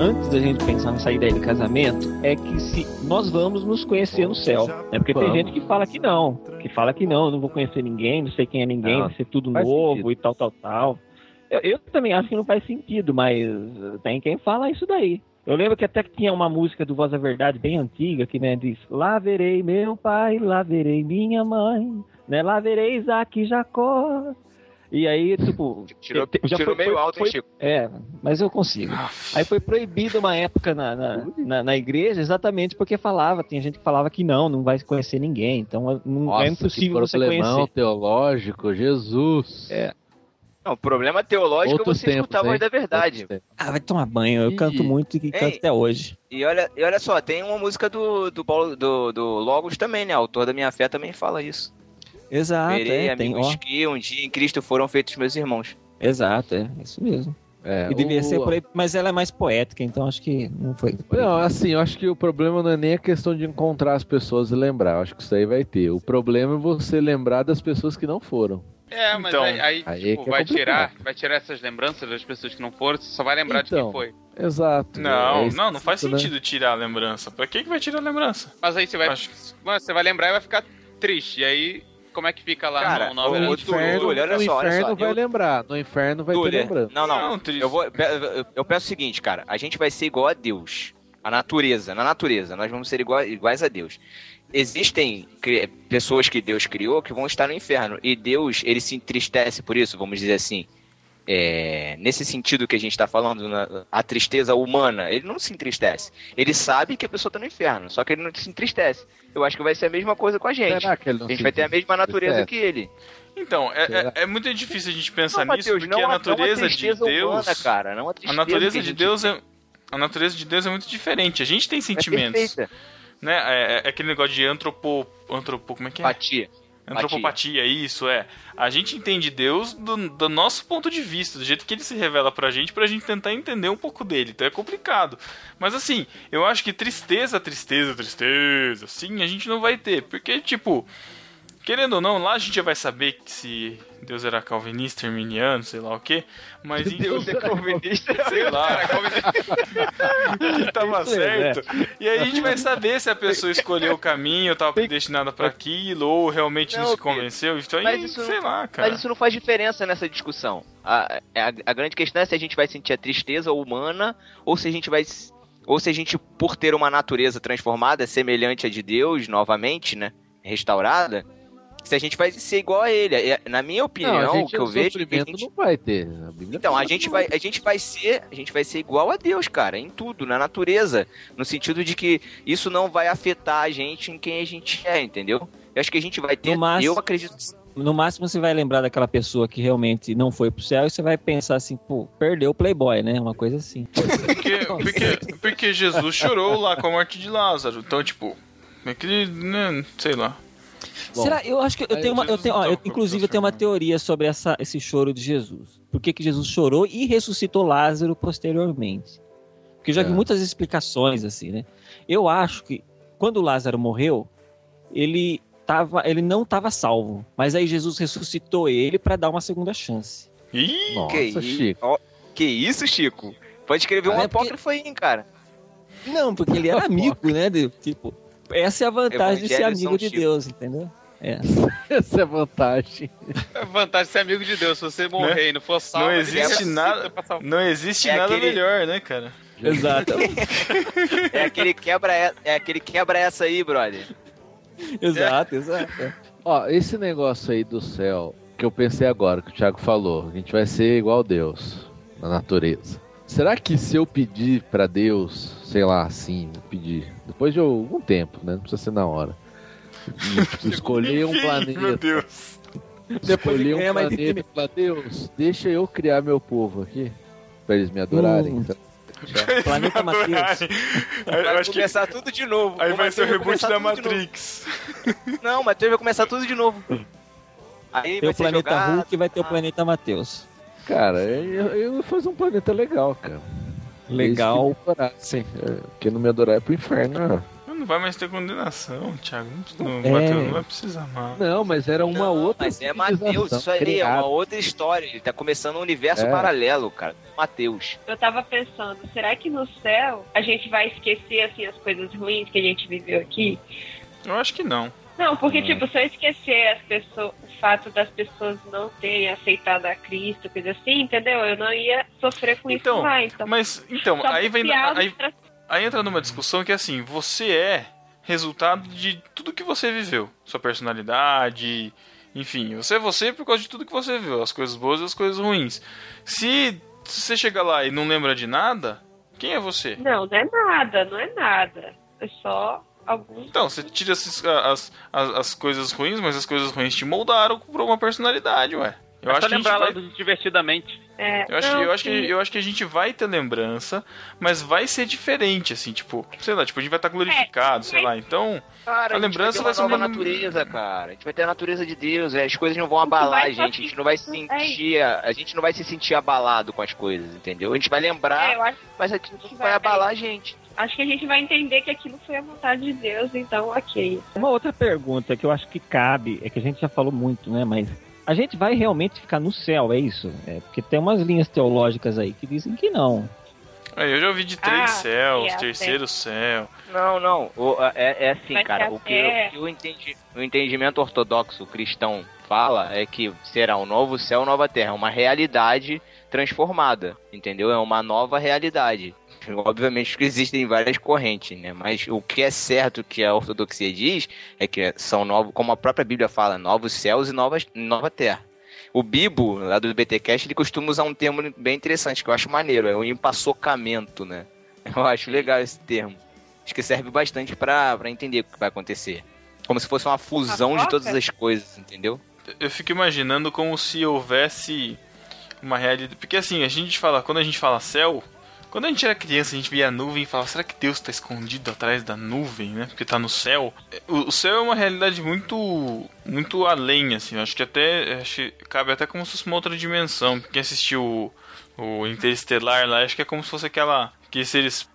Antes da gente pensar nessa ideia de casamento, é que se nós vamos nos conhecer no céu. É porque
Vamos.
tem gente que fala que não. Que fala que não, eu não vou conhecer ninguém, não sei quem é ninguém,
Não,
vai ser tudo
Ah, faz
novo
sentido.
e tal, tal, tal. Eu, eu também acho que não faz sentido, mas eh, tem quem fala isso daí. Eu lembro que até que tinha uma música do Voz da Verdade bem antiga que né, diz: Lá verei meu pai, lá verei minha mãe, né, lá verei Isaac e Jacó. E aí, tipo.
Tirou,
te- já
tirou
foi-
meio
foi-
alto, hein,
foi-
Chico?
É, mas eu consigo. Aí foi proibido uma época na, na, na, na igreja, exatamente porque falava, tinha gente que falava que não, não vai conhecer ninguém, então não é impossível
que
você
problemão
conhecer.
teológico, Jesus.
É,
Não, problema teológico é
Outros
você escutar a
tempos,
voz
hein?
da verdade.
Outros tempos.
Ah, vai tomar banho, eu
Ih.
canto muito e canto
Ei.
até hoje.
E olha, e olha só, tem uma música do, do, Paulo, do, do Logos também, né? Autor da Minha Fé também fala isso.
Exato,
Verei
é, tem,
amigos
ó,
que um dia em Cristo foram feitos meus irmãos.
exato, é, isso mesmo.
É,
e devia
o-
ser por aí, mas ela é mais poética, então acho que não foi. por aí.
Não, assim, eu acho que o problema não é nem a questão de encontrar as pessoas e lembrar. Eu acho que isso aí vai ter. O problema é você lembrar das pessoas que não foram.
É, mas
Então,
aí, aí,
aí
tipo,
que é
vai,
complicado.
tirar, vai tirar essas lembranças das pessoas que não foram, você só vai lembrar de
Então.
quem foi.
Exato. É
Não,
isso,
não, não faz
né?
sentido tirar a lembrança. Pra que, que vai tirar a lembrança?
Mas aí você vai,
Acho que
mano, você vai lembrar e vai ficar triste. E aí como é que fica lá
Cara,
no nome
o-
era?
o Túlio, olha
no
só, olha
inferno
só.
vai
Eu-
lembrar. No inferno vai ter
Túlio,
lembrança.
Não, não. eu, vou, eu, eu- eu peço o seguinte, cara. A gente vai ser igual a Deus. A natureza. Na natureza, nós vamos ser igua- iguais a Deus. Existem cri- pessoas que Deus criou que vão estar no inferno. E Deus, ele se entristece por isso, vamos dizer assim. É, nesse sentido que a gente está falando, na- a tristeza humana, ele não se entristece. Ele sabe que a pessoa está no inferno, só que ele não se entristece. Eu acho que vai ser a mesma coisa com a gente.
Será que ele não
a gente
se
vai ter a mesma natureza
entristece?
que ele.
Então, é, é- é muito difícil a gente pensar
Não,
nisso,
Mateus,
porque
não
a
a- não a
natureza de
tristeza
Deus.
humana, cara, não a
a
tristeza
natureza
que a
de
gente
Deus é. A natureza de Deus é muito diferente. A gente
É
tem sentimentos.
perfeita.
né? É, é- é aquele negócio de antropo. antropo como é que é?
Patia.
Antropopatia, isso é. A gente entende Deus do, do nosso ponto de vista, do jeito que ele se revela pra gente, pra gente tentar entender um pouco dele. Então é complicado. Mas assim, eu acho que tristeza, tristeza, tristeza, sim, a gente não vai ter. Porque, tipo, Querendo ou não, lá a gente já vai saber que se Deus era calvinista, arminiano, sei lá o quê. Mas Deus é
calvinista,
sei lá. que tava
Isso é,
certo. E aí a gente vai saber se a pessoa escolheu o caminho, tava predestinada pra aquilo, ou realmente não,
Não,
se convenceu. Então, aí, sei lá, cara.
Mas isso não faz diferença nessa discussão. A, a, a grande questão é se a gente vai sentir a tristeza humana ou se a gente vai. s- Ou se a gente, por ter uma natureza transformada, semelhante à de Deus, novamente, né? Restaurada, se a gente vai ser igual a ele. É, Na minha opinião,
a gente,
o que eu
o
vejo. é que a
sofrimento né?
gente-
não vai ter. A Bíblia
Então, a
fala
gente
que
vai, a gente vai ser, a gente vai ser igual a Deus, cara, em tudo, na natureza, no sentido de que isso não vai afetar a gente em quem a gente é, entendeu? Eu acho que a gente vai ter,
No máximo-
eu acredito
No máximo você vai lembrar daquela pessoa que realmente não foi pro céu e você vai pensar assim, pô, perdeu o Playboy, né? Uma coisa assim.
Porque,
é
porque, porque Jesus chorou lá com a morte de Lázaro. Então, tipo, é que, né, sei lá.
Será? Eu acho que eu tenho uma. Eu tenho, ó, eu- inclusive, eu tenho uma teoria sobre essa, esse choro de Jesus. Por que, que Jesus chorou e ressuscitou Lázaro posteriormente? Porque eu já vi muitas explicações, assim, né? Eu acho que quando Lázaro morreu, ele, tava, ele não estava salvo. Mas aí Jesus ressuscitou ele para dar uma segunda chance.
Ih,
que isso, ó, que isso, Chico? Pode escrever um
Ah, é porque-
apócrifo aí, hein, cara.
Não, porque ele era amigo, né? de- tipo, essa é a vantagem de ser
Evangelho São
amigo de
Chico.
Deus, entendeu? É.
Essa é a vantagem.
É vantagem de ser amigo de Deus. Se você morrer
Né?
e não for salvo,
não
ele
existe
ressuscita
nada,
pra salvar.
não existe
É
nada
aquele-
melhor, né, cara?
Exato.
É aquele quebra, é, é aquele quebra essa aí, brother.
Exato, exato.
Ó, esse negócio aí do céu, que eu pensei agora, que o Thiago falou, a gente vai ser igual a Deus na natureza. Será que se eu pedir pra Deus, sei lá, assim, vou pedir, depois de algum tempo, né? Não precisa ser na hora. Escolher um planeta.
Meu Deus.
Escolher um
É, mas-
planeta e falar, Deus, deixa eu criar meu povo aqui. Pra eles me adorarem. Então,
Planeta Matheus.
Eu
Vai
acho que-
começar tudo de novo.
Aí
O
vai
Mateus
ser o reboot
começar
da
tudo de novo.
Matrix.
Não, o Matheus vai começar tudo de novo. Aí
Tem
vai
o
ser
planeta
jogado. Ah.
Hulk e vai ter o planeta Matheus.
Cara, eu, eu ia fazer um planeta legal, cara.
Legal.
Sim. Quem não me adorar é pro inferno. né?
Não vai mais ter condenação, Thiago. Não,
É.
Mateus, não vai precisar mais.
Não, mas era uma outra.
Mas é Mateus, isso aí é uma outra história. Ele tá começando um universo
É.
paralelo, cara. Mateus.
Eu tava pensando, será que no céu a gente vai esquecer assim as coisas ruins que a gente viveu aqui?
Eu acho que não.
Não, porque
Hum.
tipo, se eu esquecer as pessoas, o fato das pessoas não terem aceitado a Cristo, coisa assim, entendeu? Eu não ia sofrer com
Então,
isso mais.
Tá
Então,
mas então,
Só
aí vem
piada
aí,
pra-
aí entra numa discussão que é assim, você é resultado de tudo que você viveu, sua personalidade, enfim, você é você por causa de tudo que você viveu, as coisas boas e as coisas ruins. Se você chega lá e não lembra de nada, quem é você?
Não, não é nada, não é nada. É só alguns.
Então, você tira as, as, as, as coisas ruins, mas as coisas ruins te moldaram pra uma personalidade, ué. Eu
É
acho
só
que a gente
lembrar lá
vai-
do Divertidamente.
É,
Eu acho,
não,
que, eu, acho que,
sim.
eu acho que a gente vai ter lembrança, mas vai ser diferente, assim, tipo, sei lá, tipo, a gente vai estar glorificado,
É,
sei lá. Então,
Cara,
a
gente
lembrança vai
vai
ser
ter
uma
uma nova
lembra-
natureza, cara. A gente vai ter a natureza de Deus, é, as coisas não vão abalar a
vai
gente, a gente não vai sentir, a gente não vai se sentir abalado com as coisas, entendeu? A gente
É,
vai lembrar,
eu acho
mas aquilo não
vai
vai abalar a gente.
Acho que a gente vai entender que aquilo foi a vontade de Deus, então ok.
Uma outra pergunta que eu acho que cabe, é que a gente já falou muito, né? Mas a gente vai realmente ficar no céu, é isso? É, porque tem umas linhas teológicas aí que dizem que não.
É, eu já ouvi de três
Ah,
céus,
é,
terceiro céu.
Não, não. o- é, é assim,
Mas
cara.
que
O que, eu- que eu entendi, o entendimento ortodoxo cristão fala é que será um novo céu, nova terra, uma realidade transformada, entendeu? É uma nova realidade. Obviamente que existem várias correntes, né? Mas o que é certo que a ortodoxia diz é que são novos, como a própria Bíblia fala, novos céus e novas, nova terra. O Bibo, lá do BTcast, ele costuma usar um termo bem interessante, que eu acho maneiro, é o empassocamento, né? Eu acho legal esse termo. Acho que serve bastante pra pra entender o que vai acontecer. Como se fosse uma fusão de todas as coisas, entendeu?
Eu fico imaginando como se houvesse uma realidade. Porque assim, a gente fala, quando a gente fala céu, quando a gente era criança, a gente via a nuvem e falava, será que Deus está escondido atrás da nuvem, né? Porque tá no céu. O o céu é uma realidade muito muito além, assim. eu Acho que até. Acho que cabe até como se fosse uma outra dimensão. Quem assistiu o, o Interestelar lá, acho que é como se fosse aquela. Que seres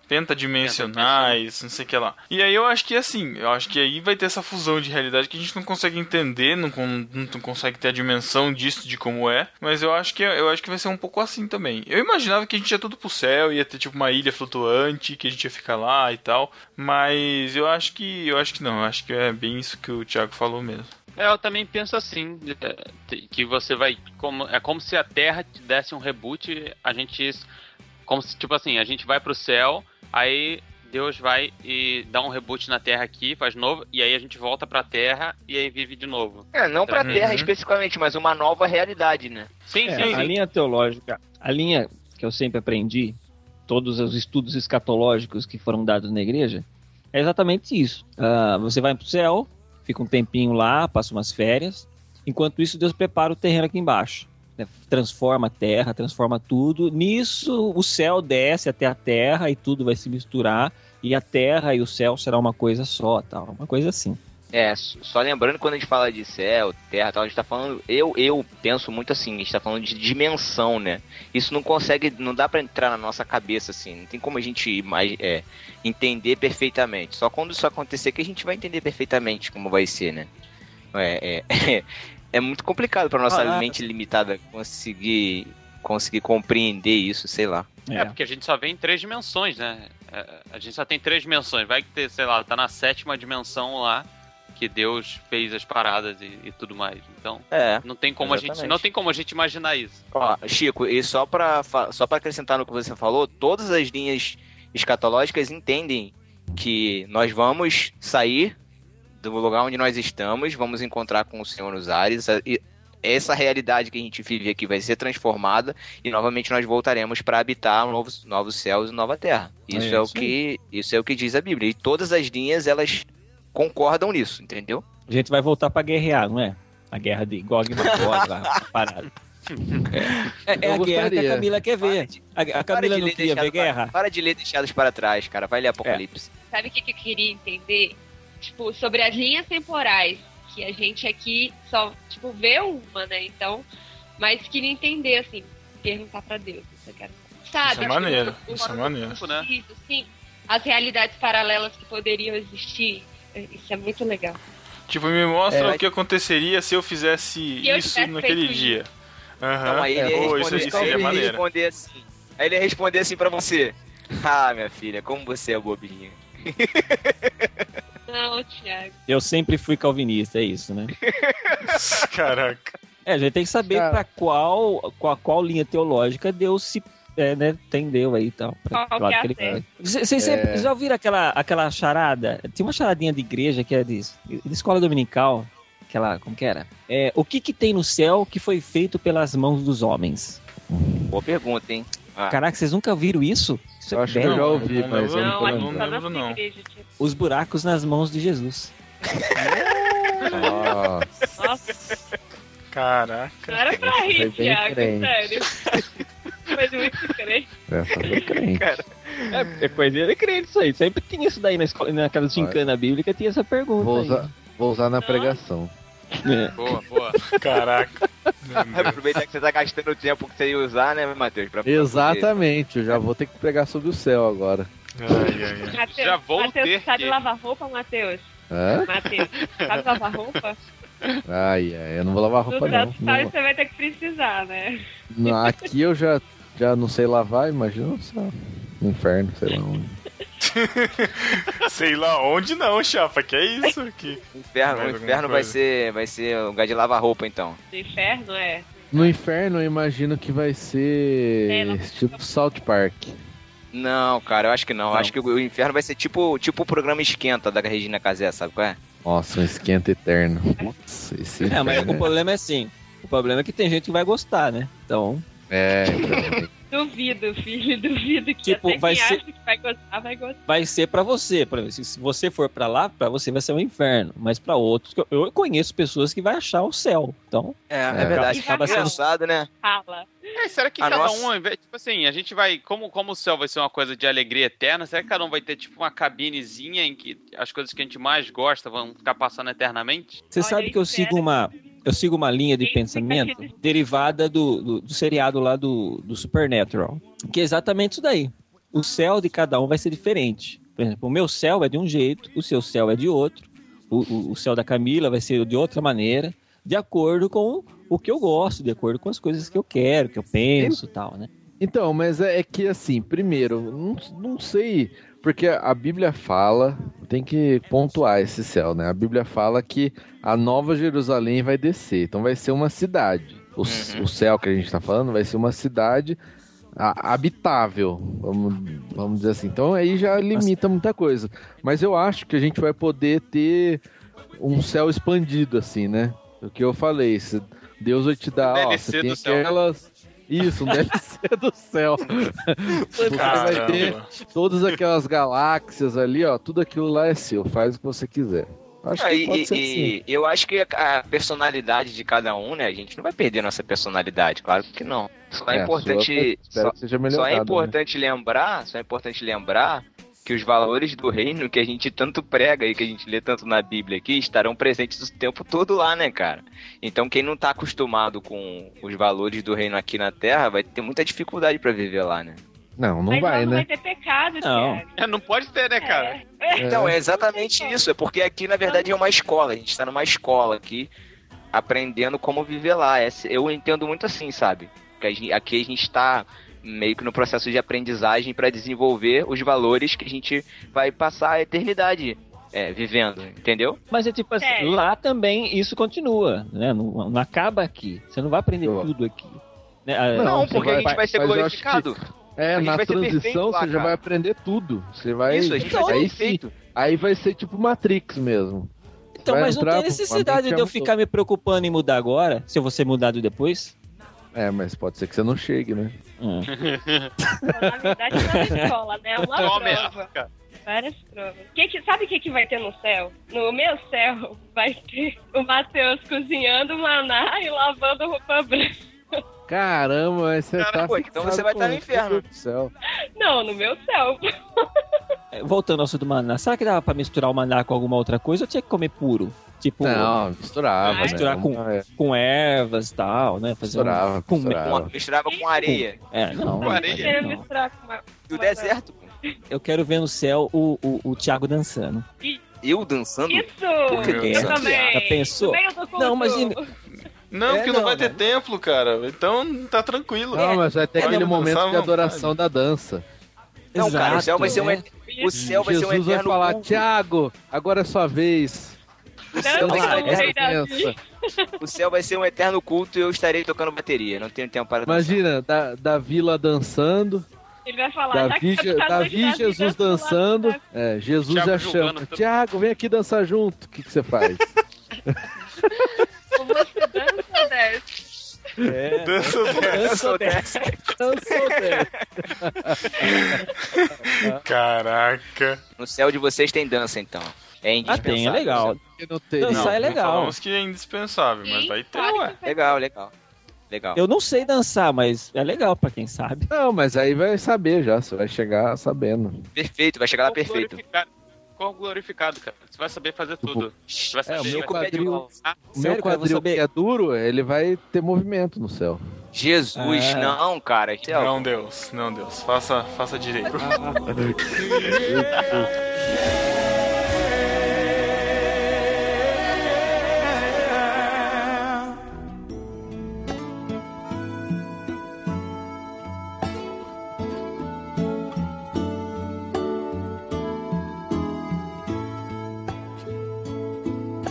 pentadimensionais, não sei o que lá. E aí eu acho que assim, eu acho que aí vai ter essa fusão de realidade que a gente não consegue entender, não, con- não consegue ter a dimensão disso, de como é. Mas eu acho que eu acho que vai ser um pouco assim também. Eu imaginava que a gente ia tudo pro céu, ia ter tipo uma ilha flutuante, que a gente ia ficar lá e tal. Mas eu acho que. Eu acho que não, eu acho que é bem isso que o Thiago falou mesmo.
É, eu também penso assim, é, te- que você vai. Como, é como se a Terra te desse um reboot, a gente. Como se, tipo assim, a gente vai pro céu, aí Deus vai e dá um reboot na Terra aqui, faz novo, e aí a gente volta pra Terra e aí vive de novo.
É, não pra
Uhum.
Terra especificamente, mas uma nova realidade, né?
Sim,
É, a linha teológica, a linha que eu sempre aprendi, todos os estudos escatológicos que foram dados na igreja, é exatamente isso. Ah, você vai pro céu, fica um tempinho lá, passa umas férias. Enquanto isso, Deus prepara o terreno aqui embaixo. né? Transforma a terra, transforma tudo. Nisso, o céu desce até a terra e tudo vai se misturar. E a terra e o céu será uma coisa só, tal. Uma coisa assim.
É, s- só lembrando que quando a gente fala de céu, terra e tal, a gente tá falando. Eu, eu penso muito assim, a gente tá falando de dimensão, né? Isso não consegue. Não dá pra entrar na nossa cabeça, assim. Não tem como a gente imag- é, entender perfeitamente. Só quando isso acontecer que a gente vai entender perfeitamente como vai ser, né? É, é, é muito complicado pra nossa
Ah, é.
mente limitada conseguir, conseguir compreender isso, sei lá.
É. porque a gente só vê em três dimensões, né? É, A gente só tem três dimensões. Vai que, tem, sei lá, tá na sétima dimensão lá, que Deus fez as paradas e, e tudo mais. Então,
É,
não tem como a gente.
exatamente.
Não tem como a gente imaginar isso.
Ó, Chico, e só pra, fa- só pra acrescentar no que você falou, todas as linhas escatológicas entendem que nós vamos sair do lugar onde nós estamos, vamos encontrar com o Senhor nos ares, a- e essa realidade que a gente vive aqui vai ser transformada e novamente nós voltaremos para habitar novos, novos céus e nova terra. Isso é,
É
o
isso
que isso é o que diz a Bíblia. E todas as linhas elas concordam nisso, entendeu?
A gente vai voltar pra guerrear, não é? A guerra de Gog e Magog, a parada. É, é
Eu
a guerra que
gostaria.
a Camila quer ver. A, a
Para
Camila
de
não
ler
queria
deixado
ver
pra-
guerra. É.
Para de ler deixados para trás, cara. Vai ler Apocalipse.
Sabe o que, que eu queria entender? Tipo, sobre as linhas temporais, que a gente aqui só, tipo, vê uma, né? Então, mas queria entender, assim, perguntar pra Deus. Isso eu quero. Sabe?
Isso é
acho que
maneiro,
eu- eu
isso é
moro
maneiro.
num mundo Isso, né? sim. As realidades paralelas que poderiam existir. Isso é muito legal.
Tipo, me mostra
É.
o que aconteceria se eu fizesse
Se eu
isso
tivesse
naquele
feito isso.
dia. Aham.
Então aí ele ia
Pô, isso,
responder,
isso
aí
aí é
ele ia
maneiro.
responder assim. Aí ele ia responder assim pra você. Ah, minha filha, como você é bobinha.
Não, Thiago.
Eu sempre fui calvinista, é isso, né?
Caraca.
É, a gente tem que saber pra qual, qual, qual linha teológica Deus se é, né, tendeu aí e tal. pra-
Qual
pra
que é
lado
a
vai.
fé?
Vocês sempre-
É.
já ouviram aquela, aquela charada? Tinha uma charadinha de igreja que era de, de escola dominical. Aquela, como que era? É, o que que tem no céu que foi feito pelas mãos dos homens?
Boa pergunta, hein? Ah.
Caraca, vocês nunca viram isso? Isso é
Eu acho que eu
belo.
já ouvi, mas eu não tô
acho que
lembrando.
Não lembro, não.
Os buracos nas mãos de Jesus.
Nossa.
Caraca.
Não era pra
Foi
rir,
bem
Thiago,
crente.
sério. Mas muito crente.
É, é coisa de crente isso aí. Sempre tinha isso daí na escola, naquela gincana bíblica, tinha essa pergunta.
Vou
aí.
usar, vou usar na pregação.
Boa, boa.
Caraca.
Aproveitar que você tá gastando o tempo que você ia usar, né, Matheus? Pra- pra poder-
Exatamente, eu já vou ter que pregar sobre o céu agora.
Mateus,
Já vou
Mateus,
ter
sabe
que-
lavar roupa, Matheus?
Hã?
Matheus, sabe lavar roupa?
É? Ai, ai, eu não vou lavar roupa
Tudo
não.
já sabe,
Não-
você vai ter que precisar, né?
não, Aqui eu já, já não sei lavar, imagina o céu. no inferno, sei lá onde.
Sei lá onde não, chapa, que é isso aqui.
Inferno, o inferno vai ser, vai ser um lugar de lavar roupa, então.
No inferno, é.
No inferno eu imagino que vai ser tipo South Park.
Não, cara, eu acho que não. Eu Acho que o inferno vai ser tipo, tipo o programa Esquenta da Regina Casé, sabe qual é?
Nossa, um esquenta eterno. Nossa, esse
É, mas
inferno
o problema é assim. O problema é que tem gente que vai gostar, né? Então.
É,
Duvido, filho, duvido que
Tipo,
até
vai
quem
ser-
acha que vai gostar, vai gostar.
vai ser pra você. Por exemplo, se- se você for pra lá, pra você vai ser um inferno. Mas pra outros, que eu- eu conheço pessoas que vai achar o céu. Então,
é,
é verdade.
Acaba sendo
usado, né?
Fala.
É, será que
A
cada
nossa-
um, ao invés- tipo assim, a gente vai, como, como o céu vai ser uma coisa de alegria eterna, será que cada um vai ter tipo uma cabinezinha em que as coisas que a gente mais gosta vão ficar passando eternamente?
Você sabe que eu sigo uma eu sigo uma linha de pensamento derivada do, do, do seriado lá do, do Supernatural, que é exatamente isso daí. O céu de cada um vai ser diferente. Por exemplo, o meu céu é de um jeito, o seu céu é de outro, o, o, o céu da Camila vai ser de outra maneira, de acordo com o que eu gosto, de acordo com as coisas que eu quero, que eu penso e tal, né?
Então, mas é, é que assim, primeiro, não, não sei, porque a Bíblia fala, tem que pontuar esse céu, né? A Bíblia fala que a nova Jerusalém vai descer, então vai ser uma cidade. O,
Uhum.
c- o céu que a gente tá falando vai ser uma cidade a- habitável, vamos, vamos dizer assim. Então aí já limita muita coisa. Mas eu acho que a gente vai poder ter um céu expandido, assim, né? O que eu falei, se Deus vai te dar, ó,
DLC
você tem
do céu. né?
aquelas... Isso, um DLC do céu. Você vai
Caramba.
ter todas aquelas galáxias ali, ó, tudo aquilo lá é seu, faz o que você quiser. Acho
Ah,
que
e,
pode
e-
ser
e
assim.
eu acho que a personalidade de cada um, né? A gente não vai perder nossa personalidade, claro que não. Só é,
É, a
importante.
sua, espero
só-
que seja né?
só é
melhorada,
importante lembrar, só é importante lembrar que os valores do reino que a gente tanto prega e que a gente lê tanto na Bíblia aqui estarão presentes o tempo todo lá, né, cara? Então quem não tá acostumado com os valores do reino aqui na Terra vai ter muita dificuldade pra viver lá, né?
Não, não
Mas lá
vai,
não
né?
vai ter pecado,
Não.
Thiago.
É, não pode ter, né, cara?
Então, é exatamente isso. É porque aqui, na verdade, é uma escola. A gente está numa escola aqui, aprendendo como viver lá. Essa- Eu entendo muito assim, sabe? Que a gente- aqui a gente está meio que no processo de aprendizagem para desenvolver os valores que a gente vai passar a eternidade é, vivendo, entendeu?
Mas é tipo assim, lá também isso continua, né? Não, não acaba aqui. Você não vai aprender tudo aqui. né?
É,
Ah,
Não,
você
porque a gente vai ser
mas eu acho
glorificado.
que- É,
A gente
na
vai ser perfeito
transição
lá,
você já
cara.
vai aprender tudo. Você vai.
Isso, a gente vai ser
aí, sim,
perfeito.
aí vai ser tipo Matrix mesmo.
Então,
Vai
mas não
entrar é um
tem
com- com a
necessidade
mente
de eu
avançada.
ficar me preocupando em mudar agora, se eu vou ser mudado depois.
É, mas pode ser que você não chegue, né?
Na verdade, não é uma escola, né? É uma
Tome
prova. Várias provas. Que que- sabe o que, que vai ter no céu? No meu céu, vai ter o Matheus cozinhando maná e lavando roupa branca.
Caramba, mas você tá.
pô, então
fixado
você vai
com
tá no
isso, meu
inferno.
Deus do céu.
Não, no meu céu.
É, Voltando ao assunto do maná, será que dava pra misturar o maná com alguma outra coisa ou tinha que comer puro? Tipo,
Não, misturava.
misturar
né?
com, com ervas e tal, né? Fazer um-
Misturava,
com
misturava.
Misturava com areia.
É, não.
Com areia.
não.
misturar com uma...
Do deserto.
Eu quero ver no céu o, o, o Thiago dançando.
Eu dançando?
Isso!
que Eu dançando? também. Já pensou? No meio do culto. Não, imagina.
Não,
É,
porque não,
não,
vai ter templo, cara. Então tá tranquilo.
É.
Não, mas vai ter
Pode
aquele
dançar à
momento de
vontade.
adoração da dança.
Não, cara, o céu vai ser um,
né?
Exato,
o céu vai ser um
Jesus vai
eterno
falar,
culto.
Tiago, agora é sua vez.
O céu, vai ser
Dança,
um
mulher
eterno-
dança.
o céu vai ser um eterno culto e eu estarei tocando bateria. Não tenho tempo para
Imagina, da, Davi lá dançando,
Ele vai falar, "Tá
Davi,
já que
Je-
eu casei
Davi,
de
Jesus
Davi, eu vou lá.
dançando, é, Jesus
Thiago
já
julgando
chama, Tiago, vem aqui dançar junto, o que, que você faz?
Você dança, desce.
É,
Dança ou
dança ou
desce?
Dança ou desce?
Caraca.
No céu de vocês tem dança, então. É indispensável.
Ah, tem, é legal.
Dançar é legal.
Falamos que é indispensável, mas vai ter, ué.
Legal, legal. Legal.
um
Eu não sei dançar, mas é legal pra quem sabe.
Não, mas aí vai saber já, você vai chegar sabendo.
Perfeito, vai chegar lá Tá perfeito.
Glorificado. Corpo glorificado, cara. Você vai saber fazer tudo. Você vai saber.
É, o meu
vai saber
quadril,
dançar.
o meu quadril que é duro, ele vai ter movimento no céu.
Jesus,
É.
não, cara. Céu.
Não, Deus, não, Deus. Faça, faça direito.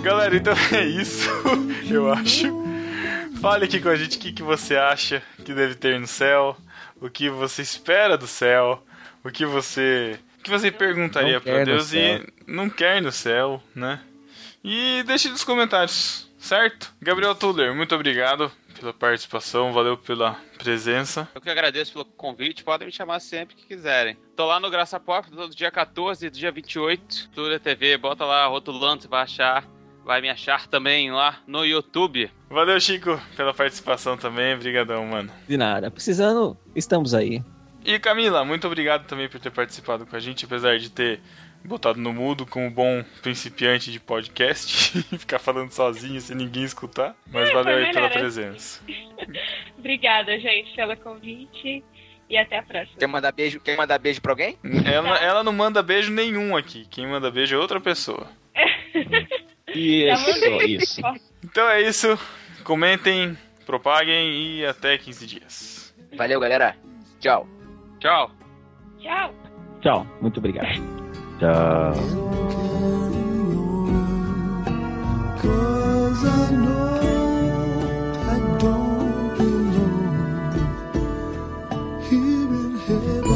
Galera, então é isso, eu acho. Fale aqui com a gente o que, que você acha que deve ter no céu, o que você espera do céu, o que você. O que você perguntaria
Não
pra
quer no
Deus e
céu.
não quer no céu, né? E deixe nos comentários, certo? Gabriel Tuller, muito obrigado pela participação, valeu pela presença.
Eu que agradeço pelo convite, podem me chamar sempre que quiserem. Tô lá no Graça Pop todo dia 14 e dia 28, Tudo TV, bota lá rotulando, você vai achar, vai me achar também lá no YouTube.
Valeu, Chico, pela participação também, brigadão, mano.
De nada. Precisando, estamos aí.
E Camila, muito obrigado também por ter participado com a gente, apesar de ter botado no mudo como bom principiante de podcast, ficar falando sozinho sem ninguém escutar. Mas
É,
valeu
foi
aí pela
melhor, né?
presença.
Obrigada, gente, pelo convite e até a próxima.
Quer mandar beijo, quer mandar beijo pra alguém?
Ela, ela não manda beijo nenhum aqui. Quem manda beijo é outra pessoa. Então é isso. Comentem, propaguem e até 15 dias.
Valeu, galera. Tchau.
Tchau.
Tchau.
Tchau. Muito obrigado.
Tchau.
Cause I know I don't belong here in heaven.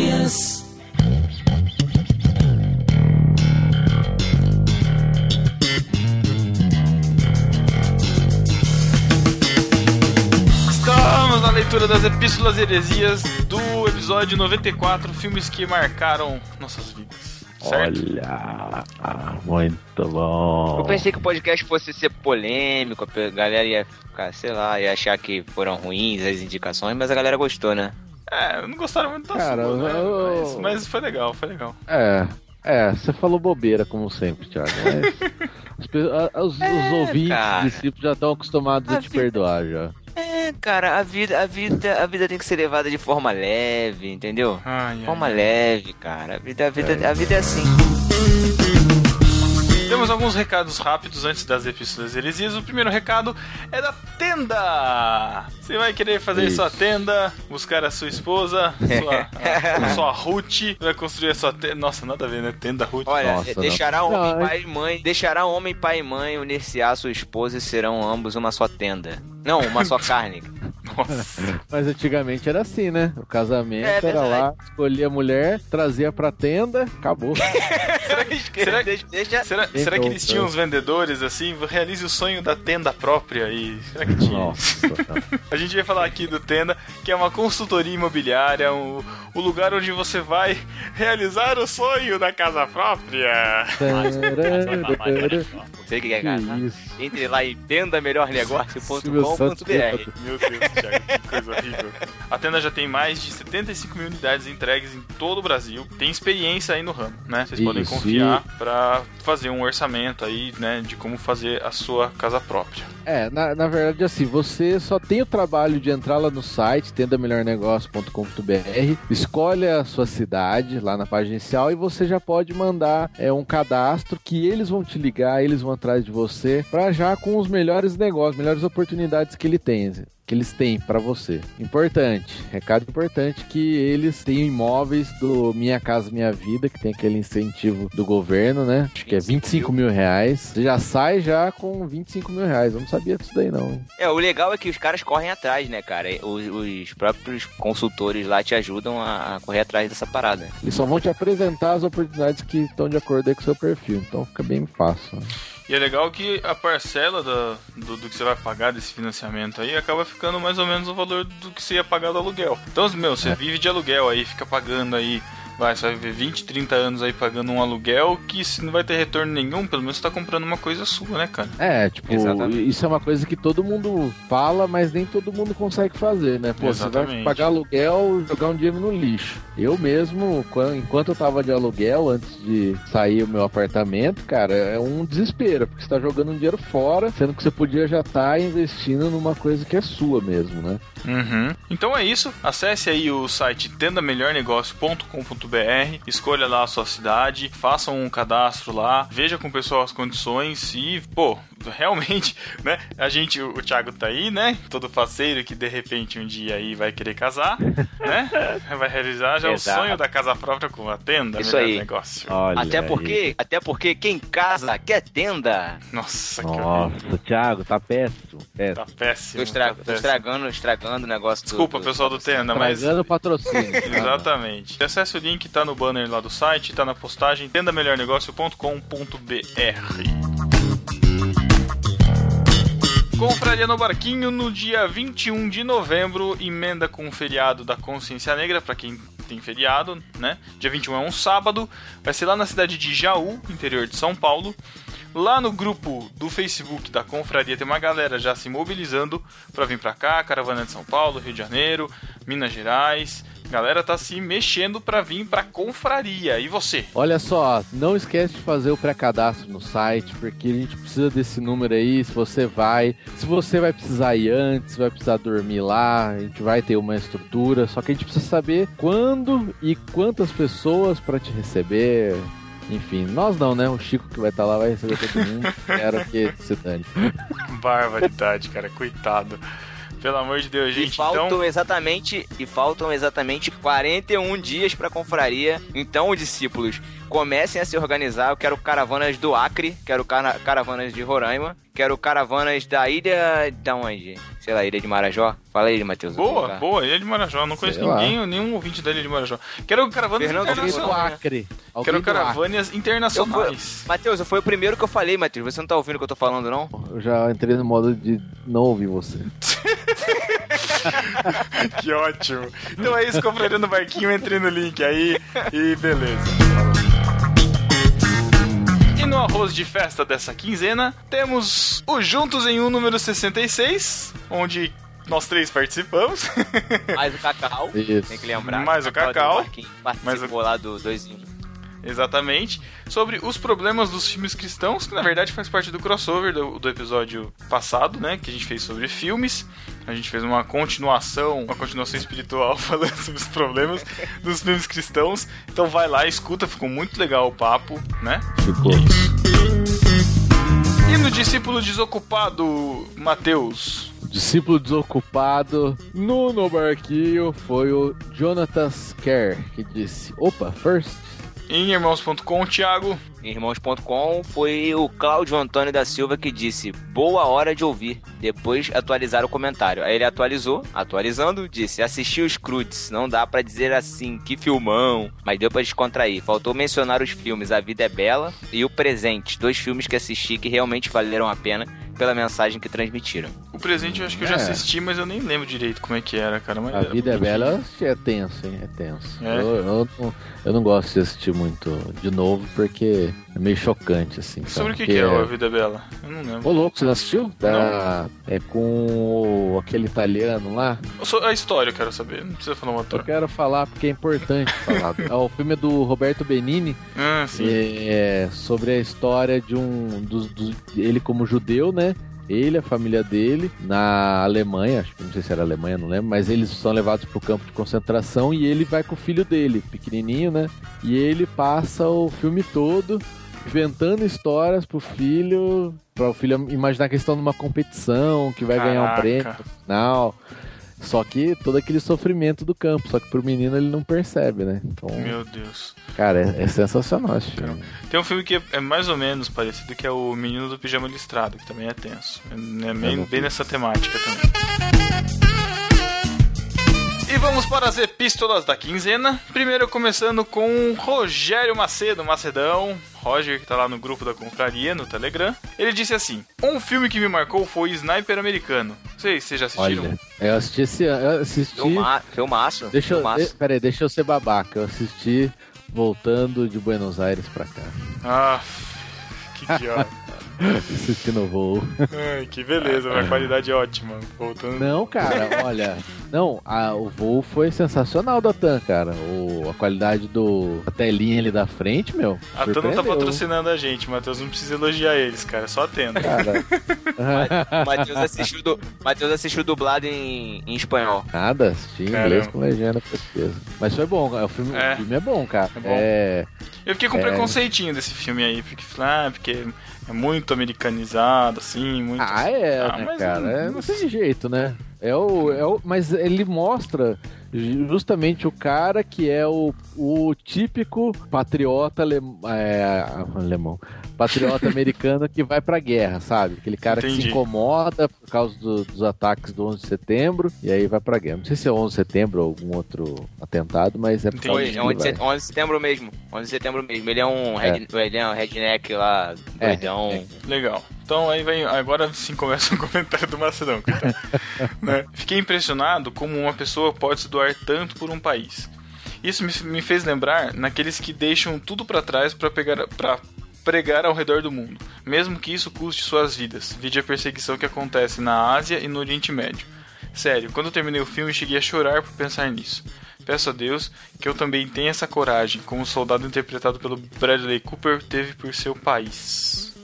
Heresias.
Estamos na leitura das Epístolas e Heresias do episódio 94, filmes que marcaram nossas vidas.
Olha, ah, muito bom.
Eu pensei que o podcast fosse ser polêmico, a galera ia ficar, sei lá, ia achar que foram ruins as indicações, mas a galera gostou, né?
É, não gostaram muito da
Cara,
sua, né?
eu-
Mas, mas foi legal, foi legal.
É, é, você falou bobeira, como sempre, Thiago. mas as pe- a- os, os ouvintes
cara.
discípulos já estão acostumados a te perdoar já.
É, cara, a vida, a vida, a vida tem que ser levada de forma leve, entendeu? forma
É.
leve, cara. A vida, a vida, a vida é assim.
Temos alguns recados rápidos antes das epístolas heresias. O primeiro recado é da tenda. Você vai querer fazer
Isso.
sua tenda, buscar a sua esposa, sua, a, sua Ruth, vai construir a sua tenda. Nossa, nada a ver, né? Tenda Ruth.
Olha,
é,
deixará homem, pai e mãe, deixará homem, pai e mãe unir-se-á sua esposa e serão ambos uma só tenda. Não, uma só carne.
Mas antigamente era assim, né? O casamento
É
era
verdade.
lá, escolhia a mulher, trazia pra tenda, acabou.
Será,
é,
será- será que eles tinham uns vendedores assim? Realize o sonho da tenda própria e. Será que tinha? a gente vai falar aqui do Tenda, que é uma consultoria imobiliária, o, o lugar onde você vai realizar o sonho da casa própria.
Sei o que é,
Que
cara.
isso.
Entre lá e tenda
Silvio Santos,
melhornegócio.com.br.
Meu Deus, Thiago, que coisa horrível. A tenda já tem mais de 75 mil unidades entregues em todo o Brasil. Tem experiência aí no ramo, né? Vocês podem
Isso,
confiar pra fazer um orçamento aí, né, de como fazer a sua casa própria.
É, na, na verdade, assim, você só tem o trabalho de entrar lá no site, tendamelhornegócio.com.br, escolhe a sua cidade lá na página inicial e você já pode mandar é, um cadastro que eles vão te ligar, eles vão atrás de você, pra já com os melhores negócios, melhores oportunidades que ele tem. Que eles têm pra você. Importante, recado importante que eles têm imóveis do Minha Casa Minha Vida, que tem aquele incentivo do governo, né? Acho que é 25 mil reais. Você já sai já com 25 mil reais. Eu não sabia disso daí, não. hein?
É, o legal é que os caras correm atrás, né, cara? Os, os próprios consultores lá te ajudam a, a correr atrás dessa parada.
Eles só vão te apresentar as oportunidades que estão de acordo aí com o seu perfil. Então fica bem fácil. né?
E é legal que a parcela da- do, do que você vai pagar desse financiamento aí acaba ficando mais ou menos o valor do que você ia pagar do aluguel. Então, meu, você vive de aluguel aí, fica pagando aí Vai, você vai viver 20, 30 anos aí pagando um aluguel que se não vai ter retorno nenhum, pelo menos você tá comprando uma coisa sua, né, cara?
É, tipo,
Exatamente.
isso é uma coisa que todo mundo fala, mas nem todo mundo consegue fazer, né? Pô, você
Exatamente.
vai pagar aluguel, jogar um dinheiro no lixo. Eu mesmo, quan- enquanto eu tava de aluguel, antes de sair o meu apartamento, cara, é um desespero, porque você tá jogando um dinheiro fora, sendo que você podia já estar investindo numa coisa que é sua mesmo, né?
Uhum. Então é isso. Acesse aí o site tendamelhornegócio.com.br, escolha lá a sua cidade, faça um cadastro lá, veja com o pessoal as condições e, pô, realmente, né? A gente, o, o Thiago tá aí, né? Todo faceiro que de repente um dia aí vai querer casar, né? Vai realizar já
Exato.
o sonho da casa própria com a tenda,
Isso
melhor
aí.
negócio.
até porque, até porque quem casa quer tenda.
Nossa,
Nossa, Thiago, tá péssimo. péssimo.
péssimo.
Tô, estra- tô estragando, estragando o negócio
Desculpa, pessoal do Tenda, mas
Pagando patrocínio.
Exatamente. Acesse o link, tá no banner lá do site, tá na postagem, tendamelhornegócio.com.br. Confraria no Barquinho no dia 21 de novembro, emenda com o feriado da Consciência Negra, pra quem tem feriado, né? Dia 21 é um sábado, vai ser lá na cidade de Jaú, interior de São Paulo. Lá no grupo do Facebook da Confraria tem uma galera já se mobilizando pra vir pra cá, caravana de São Paulo, Rio de Janeiro, Minas Gerais. Galera tá se mexendo pra vir pra Confraria. E você?
Olha só, não esquece de fazer o pré-cadastro no site, porque a gente precisa desse número aí, se você vai, se você vai precisar ir antes, vai precisar dormir lá, a gente vai ter uma estrutura, só que a gente precisa saber quando e quantas pessoas pra te receber. Enfim, nós não, né? O Chico que vai estar lá vai receber todo mundo. Quero que se dane.
Barbaridade, cara, coitado. Pelo amor de Deus,
E
gente.
faltam
Então,
exatamente e faltam exatamente 41 dias pra confraria. Então, os discípulos, comecem a se organizar. Eu quero caravanas do Acre, quero cara- caravanas de Roraima, quero caravanas da ilha da onde? Sei lá, ilha de Marajó. Fala aí, Matheus.
boa, boa, Ilha de Marajó. Não conheço
Sei lá.
ninguém, nenhum ouvinte da Ilha de Marajó. Quero caravanas
Fernando
internacionais.
Acre.
Quero caravanas internacionais.
Matheus, eu fui o primeiro que eu falei, Matheus. Você não tá ouvindo o que eu tô falando, não?
Eu já entrei no modo de não ouvir você.
que ótimo. Então é isso, comprei no barquinho, entrei no link aí e beleza. E no arroz de festa dessa quinzena, temos o Juntos em Um número 66, onde nós três participamos.
Mais o Cacau,
Isso.
tem que lembrar.
Mais o Cacau.
do Marquinhos Participou lá do um. doisinho.
Exatamente. Sobre os problemas dos filmes cristãos, que na verdade faz parte do crossover do, do episódio passado, né? Que a gente fez sobre filmes. A gente fez uma continuação, uma continuação espiritual falando sobre os problemas dos filmes cristãos. Então vai lá, escuta, ficou muito legal o papo, né?
Ficou.
E no discípulo desocupado, Mateus.
discípulo desocupado no, no barquinho foi o Jonathan Kerr, que disse: opa, first.
Em irmãos.com, Thiago.
Em Irmãos.com foi o Cláudio Antônio da Silva que disse boa hora de ouvir, depois atualizar o comentário. Aí ele atualizou, atualizando, disse assisti os Crutes, não dá pra dizer assim, que filmão, mas deu pra descontrair. Faltou mencionar os filmes A Vida é Bela e O Presente, dois filmes que assisti que realmente valeram a pena pela mensagem que transmitiram.
O presente eu acho que eu já
É.
assisti, mas eu nem lembro direito como é que era, cara. Mas
A
era
vida é
bonitinho.
bela, Oxe, é tenso, hein? É tenso.
É.
Eu, eu não, eu não gosto de assistir muito de novo, porque é meio chocante, assim. sabe?
Sobre o que,
Porque
que é o A Vida é Bela? Eu não lembro.
Ô louco, você não assistiu? Da- É com o- aquele italiano lá.
Só A história eu quero saber, não precisa falar um
Eu
ator.
quero falar porque é importante falar. É o filme do Roberto Benini.
Ah, sim.
É, sobre a história de um. Dos, dos- ele como judeu, né? Ele, a família dele, na Alemanha, acho que não sei se era Alemanha, não lembro, mas eles são levados pro campo de concentração e ele vai com o filho dele, pequenininho, né? E ele passa o filme todo inventando histórias pro filho, para o filho imaginar que eles estão numa competição, que vai ganhar um
Caraca.
prêmio no final. Só que todo aquele sofrimento do campo, só que pro menino ele não percebe, né? Então,
Meu Deus.
cara, é, é sensacional esse filme.
Tem um filme que é- é mais ou menos parecido, que é o Menino do Pijama Listrado, que também é tenso. É, é bem,
não
bem nessa temática também. E vamos para as epístolas da quinzena. Primeiro começando com Rogério Macedo, Macedão. Roger, que tá lá no grupo da confraria, no Telegram. Ele disse assim: Um filme que me marcou foi Sniper Americano. Não sei se vocês já assistiram.
Olha, eu assisti esse ano. Eu assisti.
Filma, filmaço.
Deixa eu,
filmaço.
de, peraí, deixa eu ser babaca. Eu assisti voltando de Buenos Aires pra cá.
Ah, que idiota.
assisti no voo.
Ai, que beleza, mas a qualidade é ótima. Voltando.
Não, cara, olha. Não, a- o voo foi sensacional da TAM, cara. O, a qualidade do a telinha ali da frente, meu.
A TAN não tá
surpreendeu.
patrocinando a gente, Matheus. Não precisa elogiar eles, cara. Só atenda.
Cara.
Matheus assistiu, du... Matheus assistiu dublado em, em espanhol.
Nada, assisti em
Caramba.
inglês com legenda, com certeza. Mas foi bom, cara. o filme o filme
É.
é, bom, cara.
É
É
bom. Eu fiquei com
é,
preconceitinho desse filme aí, porque, ah, porque é muito americanizado, assim, muito.
Ah, é,
Ah,
né,
mas
cara?
não-
É, não tem jeito, né? É o, é o, mas ele mostra ju- justamente o cara que é o, o típico patriota ale, é, alemão. Patriota americano que vai pra guerra, sabe? Aquele cara que
Entendi.
se incomoda por causa do- dos ataques do 11 de setembro e aí vai pra guerra. Não sei se é 11 de setembro ou algum outro atentado, mas
Então
é por causa
Foi,
um
disso
é 11 de
que vai.
set- 11 de setembro mesmo. 11 de setembro mesmo. Ele é um,
É.
red- Ele é um redneck lá,
É,
doidão.
Legal. Então aí vem. Agora sim começa o comentário do Macedão. coitado. Né? Fiquei impressionado como uma pessoa pode se doar tanto por um país. Isso me, me fez lembrar naqueles que deixam tudo pra trás pra pegar para pregar ao redor do mundo, mesmo que isso custe suas vidas. Vide a perseguição que acontece na Ásia e no Oriente Médio. Sério, quando eu terminei o filme, cheguei a chorar por pensar nisso. Peço a Deus que eu também tenha essa coragem, como o soldado interpretado pelo Bradley Cooper teve por seu país.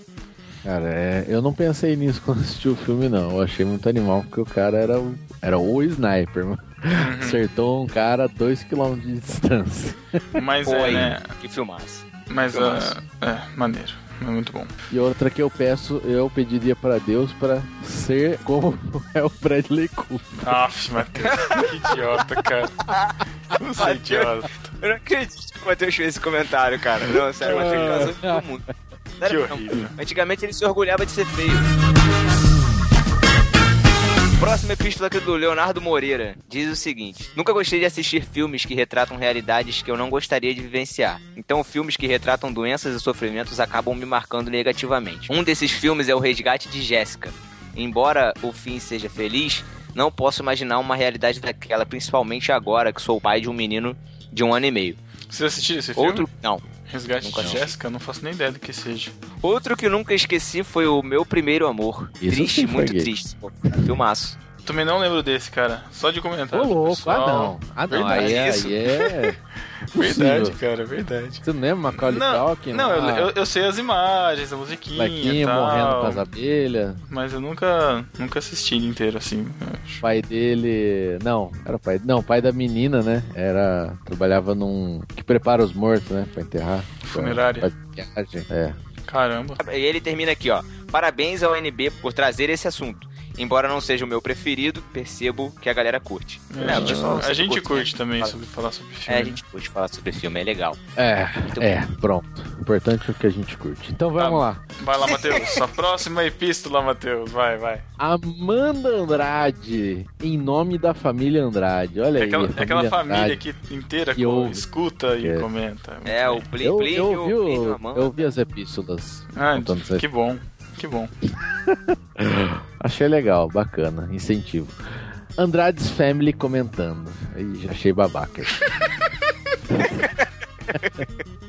Cara, é, eu não pensei nisso quando assisti o filme, não. Eu achei muito animal, porque o cara era o, era o sniper, mano.
Uhum.
Acertou um cara a 2km de distância.
Mas é,
Foi,
né?
Que filmaço.
Mas
Que massa.
ah, é, maneiro. É muito bom.
E outra que eu peço, eu pediria pra Deus pra ser como é o Bradley Cooper.
Aff, Matheus, que idiota, cara. Não sei, é idiota.
Eu não acredito que o Matheus fez esse comentário, cara. Não, sério, o
Ah.
Matheus casou todo mundo. Sério,
que
não.
horrível.
Antigamente ele se orgulhava de ser feio. Próxima epístola aqui do Leonardo Moreira diz o seguinte: Nunca gostei de assistir filmes que retratam realidades que eu não gostaria de vivenciar. Então, filmes que retratam doenças e sofrimentos acabam me marcando negativamente. Um desses filmes é O Resgate de Jéssica. Embora o fim seja feliz, não posso imaginar uma realidade daquela, principalmente agora que sou o pai de um menino de um ano e meio.
Vocês assistiram esse filme?
Outro. Não.
Resgate
Nunca
de
assisti.
Jéssica, não faço nem ideia do que seja.
Outro que eu nunca esqueci foi o meu primeiro amor.
Isso sim
triste,
foi
muito
gay.
triste. Pô, filmaço.
Também não lembro desse, cara. Só de comentário.
Ô, louco,
pessoal.
ah, não.
Ah, não,
Verdade,
aí é.
isso.
Aí é...
Verdade,
impossível.
cara, verdade.
Você não lembra Macaulay
Não,
Culkin?
não eu,
lá?
eu, eu sei as imagens, a musiquinha e
Molequinho
tal.
morrendo com as abelhas.
Mas eu nunca, nunca assisti ele inteiro assim.
pai dele. Não, era o pai. Não, o pai da menina, né? Era. Trabalhava num. Que prepara os mortos, né? Pra enterrar.
Funerária.
Pra- pra viagem. É.
Caramba.
E ele termina aqui, ó. Parabéns ao NB por trazer esse assunto. Embora não seja o meu preferido, percebo que a galera curte.
É,
É,
a
o
gente,
pessoal
a
sempre
gente
curte,
curte
né?
também
Fala-
sobre falar sobre filme.
É, a gente curte falar sobre filme, é legal.
É,
Muito
é, pronto. O importante é o que a gente curte. Então vamos
Tá.
lá.
Vai lá, Matheus. A próxima epístola, Matheus. Vai, vai.
Amanda Andrade, em nome da família Andrade. Olha
É
aí.
aquela, é aquela família
Andrade.
aqui inteira
Que
que
ouve.
escuta e
É.
comenta.
É, o Plim
Eu,
Plim e
eu,
o
ouvi,
Plim
o-
do Amanda.
eu ouvi as epístolas.
né? Ah,
contando essa-
que bom. Que bom.
Achei legal, bacana, incentivo. Andrade's Family comentando. Ih, já achei babaca.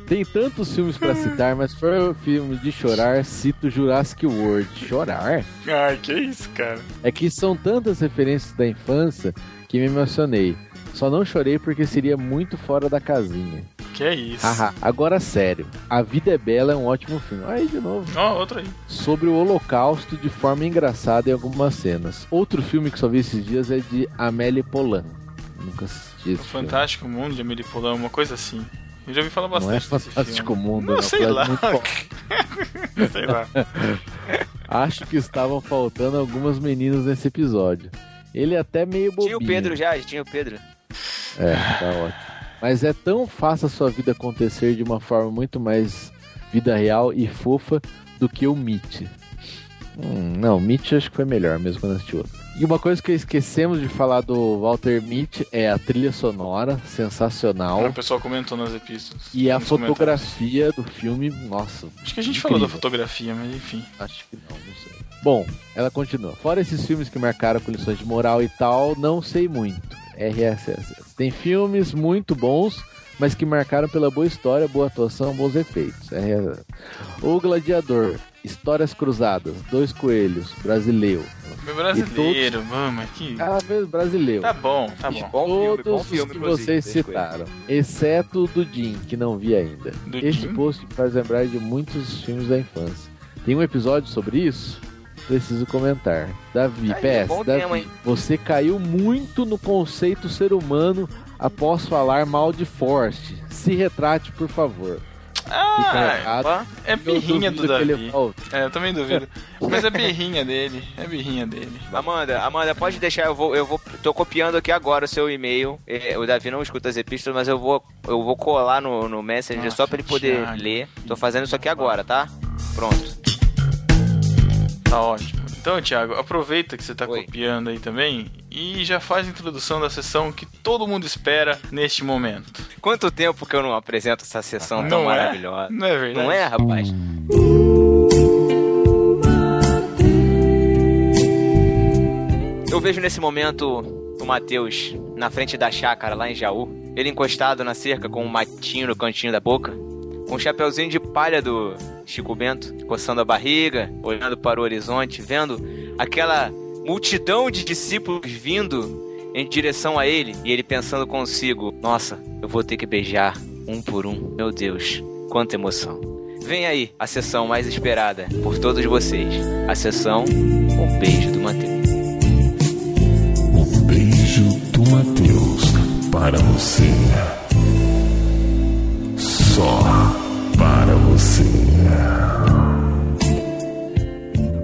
Tem tantos filmes pra citar, mas foi o filme de chorar, cito Jurassic World. Chorar?
Ai, que isso, cara.
É que são tantas referências da infância que me emocionei. Só não chorei porque seria muito fora da casinha.
Que é isso.
Haha, agora sério. A Vida é Bela é um ótimo filme. Aí de novo
Ó, outro aí.
sobre o Holocausto de forma engraçada em algumas cenas. Outro filme que só vi esses dias é de Amélie Polan. Nunca assisti
O
esse filme.
Fantástico Mundo de Amelie Poulain, uma coisa assim. Eu já ouvi falar
Não
bastante
é
desse
Fantástico
filme.
Mundo,
Não,
não.
sei
Faz
lá.
muito po-
sei lá.
Acho que estavam faltando algumas meninas nesse episódio. Ele é até meio
Tinha
bobinho.
o Pedro já, tinha o Pedro.
É, tá ótimo. Mas é tão faça a sua vida acontecer de uma forma muito mais vida real e fofa do que o Meet. Hum, não, Meet acho que foi melhor mesmo quando eu assisti outro. E uma coisa que esquecemos de falar do Walter Mitty é a trilha sonora, sensacional.
O pessoal comentou nas epístolas.
E a
nos Ah, comentários.
fotografia do filme, nossa.
Acho que a gente falou da fotografia, mas enfim.
Acho que não, não sei. Bom, ela continua. Fora esses filmes que marcaram com lições de moral e tal, não sei muito. RSS. Tem filmes muito bons, mas que marcaram pela boa história, boa atuação, bons efeitos. RSS. O Gladiador, Histórias Cruzadas, Dois Coelhos, Brasileiro.
Meu brasileiro, mama, que.
Ah, meu brasileiro.
Tá bom, tá bom.
Todos os que vocês citaram, exceto o do Jim, que não vi ainda.
Do
este
Jim?
post me faz lembrar de muitos filmes da infância. Tem um episódio sobre isso? Preciso comentar. Davi,
Aí, é
PS,
bom
Davi,
tema, hein?
você caiu muito no conceito ser humano após falar mal de Forrest. Se retrate, por favor. Fica errado.
Ah, é
Eu
birrinha do
duvido que
Davi.
ele volte.
É, eu também duvido. Mas é birrinha dele, é birrinha dele.
Amanda, Amanda, pode deixar, eu vou, eu vou, tô copiando aqui agora o seu e-mail. É, O Davi não escuta as epístolas, mas eu vou, eu vou colar no, no Messenger só pra ele poder
Ah, Thiago.
ler. Tô fazendo isso aqui agora, tá? Pronto.
Tá ótimo. Então, Thiago, aproveita que você tá copiando aí também e já faz a introdução da sessão que todo mundo espera neste momento.
Quanto tempo que eu não apresento essa sessão tão
Não é?
maravilhosa?
Não é verdade?
Não é, rapaz? Eu vejo nesse momento o Matheus na frente da chácara lá em Jaú. Ele encostado na cerca com um matinho no cantinho da boca. Com um chapeuzinho de palha do Chico Bento, coçando a barriga, olhando para o horizonte, vendo aquela multidão de discípulos vindo em direção a ele e ele pensando consigo: Nossa, eu vou ter que beijar um por um. Meu Deus, quanta emoção. Vem aí a sessão mais esperada por todos vocês: a sessão Um Beijo do Matheus.
Um beijo do Matheus para você. Só para você.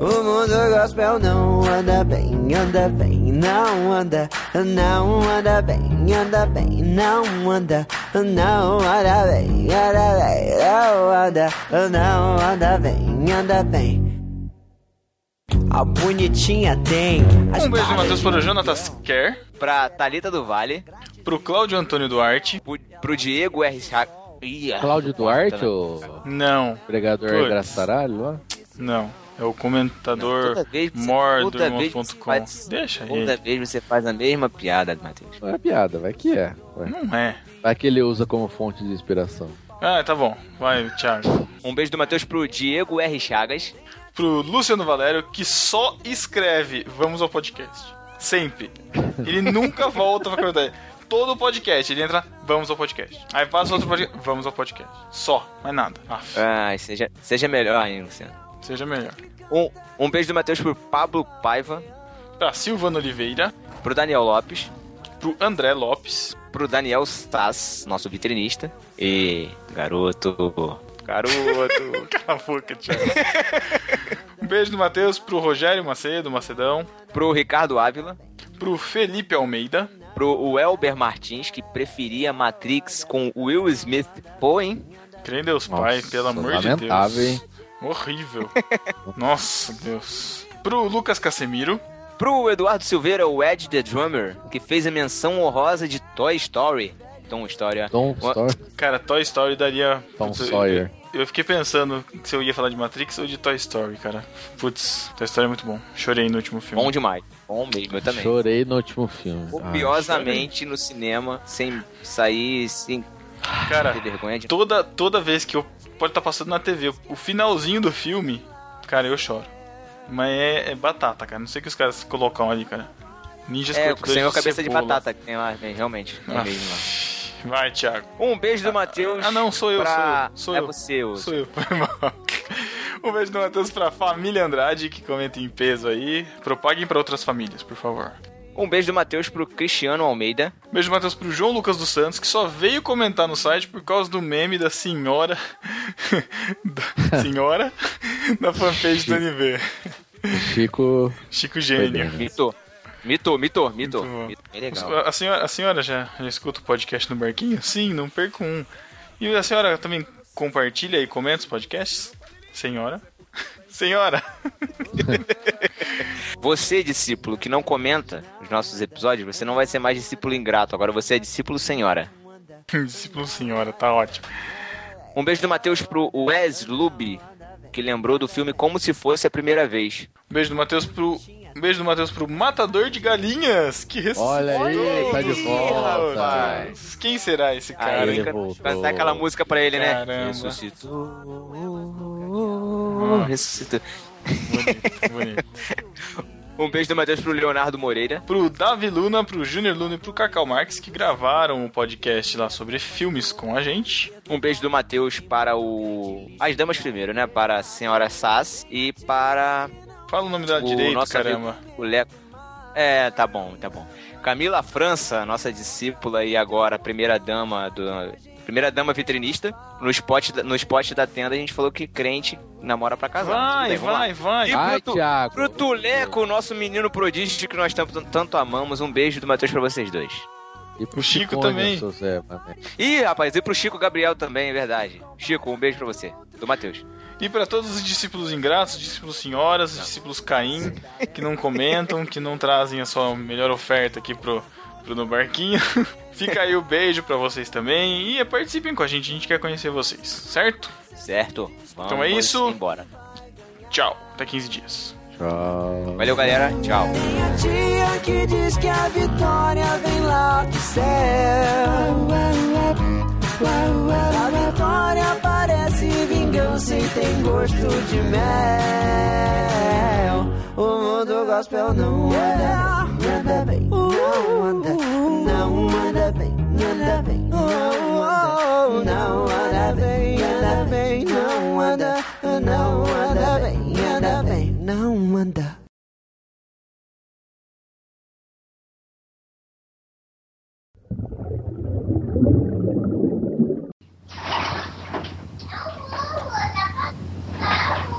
O mundo gospel não anda bem, anda bem, não anda, não anda bem, anda bem, não anda, não anda bem, anda bem, não anda, não anda bem, anda bem. A bonitinha tem. as
Um beijo do
barras
Matheus para o Jonatas Kerr.
Pra Thalita do Vale.
Pro Cláudio Antônio Duarte.
Pro, Diego R. Sa- Ih,
Cláudio Duarte, o
Não.
pregador
Putz.
Graçaralho lá?
Não. É o comentador
Toda vez, você- toda vez você
mordo.com.
faz-
Deixa
toda
ele.
vez você faz a mesma piada, Matheus.
Não é piada, vai que é. Vai.
Não é.
Vai que ele usa como fonte de inspiração.
Ah, tá bom. Vai, Thiago.
Um beijo do Matheus pro Diego R. Chagas.
Pro Luciano Valério, que só escreve Vamos ao podcast. Sempre. Ele nunca volta pra comentar. Todo podcast, ele entra, vamos ao podcast. Aí passa outro podcast, vamos ao podcast. Só, mais nada. Ah,
É.
Ai, seja, seja melhor ainda, Luciano.
seja melhor.
Um, um beijo do Matheus pro Pablo Paiva.
Pra Silvana Oliveira.
Pro Daniel Lopes.
Pro André Lopes.
Pro Daniel Sass, nosso vitrinista. E garoto. Garoto.
Cala a boca, Thiago. Um beijo do Matheus pro Rogério Macedo, Macedão.
pro Ricardo Ávila.
Pro Felipe Almeida.
Pro Welber Martins, que preferia Matrix com Will Smith. Pô, hein?
Crê em Deus Pai, pelo amor de Deus.
lamentável, hein?
Horrível. Nossa, Deus. Pro Lucas Casemiro.
Pro Eduardo Silveira, o Ed the Drummer, que fez a menção honrosa de Toy Story. Então, Tom Story, ó.
Tom
Uma-
Story,
Cara, Toy Story daria.
Tom
Putz, eu-
Sawyer.
Eu fiquei pensando se eu ia falar de Matrix ou de Toy Story, cara. Putz, Toy Story é muito bom. Chorei no último filme.
Bom demais. Bom mesmo, eu também.
Chorei no último filme.
Copiosamente no cinema, sem sair, sem
Cara,
ter vergonha de...
toda, toda vez que eu. Pode estar passando na TV, o finalzinho do filme, cara, eu choro. Mas é, é batata, cara. Não sei o que os caras colocam ali, cara. Ninjas
É, o
cortadores
senhor cabeça de
cebola.
batata que tem lá, né? realmente. tem
Ah.
mesmo lá.
Vai, Thiago.
Um beijo do Matheus.
Ah, não, sou eu,
pra-
sou
é
eu.
você, eu.
Sou eu. Foi mal. Um beijo do Matheus pra família Andrade, que comenta em peso aí. Propaguem pra outras famílias, por favor.
Um beijo do Matheus pro Cristiano Almeida.
Beijo, Matheus, pro João Lucas dos Santos, que só veio comentar no site por causa do meme da senhora. da senhora? da fanpage do NB.
Ah, Chico.
Chico Gênio.
Mito. Mito, mito, mito.
Muito
Mito, É legal.
A senhora, a senhora já, já escuta o podcast no barquinho? Sim, não perco um. E a senhora também compartilha e comenta os podcasts? Senhora? Senhora.
Você, discípulo, que não comenta os nossos episódios, você não vai ser mais discípulo ingrato. Agora você é discípulo senhora.
discípulo senhora, tá ótimo.
Um beijo do Matheus pro Wes Lube, que lembrou do filme Como Se Fosse a Primeira Vez.
Um beijo do Matheus pro. Um beijo do Matheus pro Matador de Galinhas, que ressuscitou.
Olha aí, tá de volta.
Rapaz. Quem será esse cara?
Aí,
hein?
cara, cantar aquela música pra ele, né?
Caramba.
Ressuscitou. Hum, Ressuscitou.
Bonito, bonito.
Um beijo do Matheus pro Leonardo Moreira.
Pro Davi Luna, pro Júnior Luna e pro Cacau Marques que gravaram o podcast lá sobre filmes com a gente.
Um beijo do Matheus para o. As damas primeiro, né? Para a senhora Sass e para.
Fala o nome da direito, caramba.
amigo, o Leco. É, tá bom, tá bom. Camila França, nossa discípula e agora primeira dama do. Primeira dama vitrinista. No spot, da- no spot da tenda a gente falou que crente namora pra casar. mas tudo
Vai,
bem, vamos lá.
vai, vai.
E pro, tu, pro Tuleco, o nosso menino prodígio que nós tanto, tanto amamos, um beijo do Matheus pra vocês dois.
E pro
Chico
Ticone,
também.
seu Zé, mané.
Ih, rapaz, e pro Chico Gabriel também, é verdade. Chico, um beijo pra você, do Matheus.
E para todos os discípulos ingratos, discípulos senhoras, discípulos Caim, que não comentam, que não trazem a sua melhor oferta aqui pro, pro No Barquinho, fica aí o beijo pra vocês também e participem com a gente, a gente quer conhecer vocês, certo?
Certo. Vamos
então é isso.
Embora.
Tchau, até 15 dias.
Tchau.
Valeu, galera. Tchau.
Tem a tia que diz que a vitória vem lá do céu. Mas a vitória parece vingança e tem gosto de mel. O mundo gospel não anda bem, anda bem, não anda, não anda bem, anda bem, não anda, não anda bem, anda bem, não anda, não anda bem, anda bem, não anda.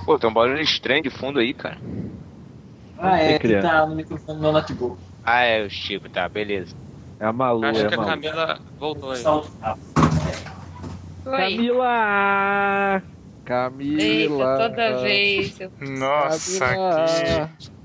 Pô, tem um barulho estranho de fundo aí, cara.
Ah, é, que
criança.
tá no microfone do notebook.
Ah, é o Chico, tá, beleza.
É a Malu,
Acho
é
que
a
a
Malu.
Camila voltou aí.
tá
Camila! Camila!
Eita,
tá
toda vez. eu-
Nossa,
Camila.
que...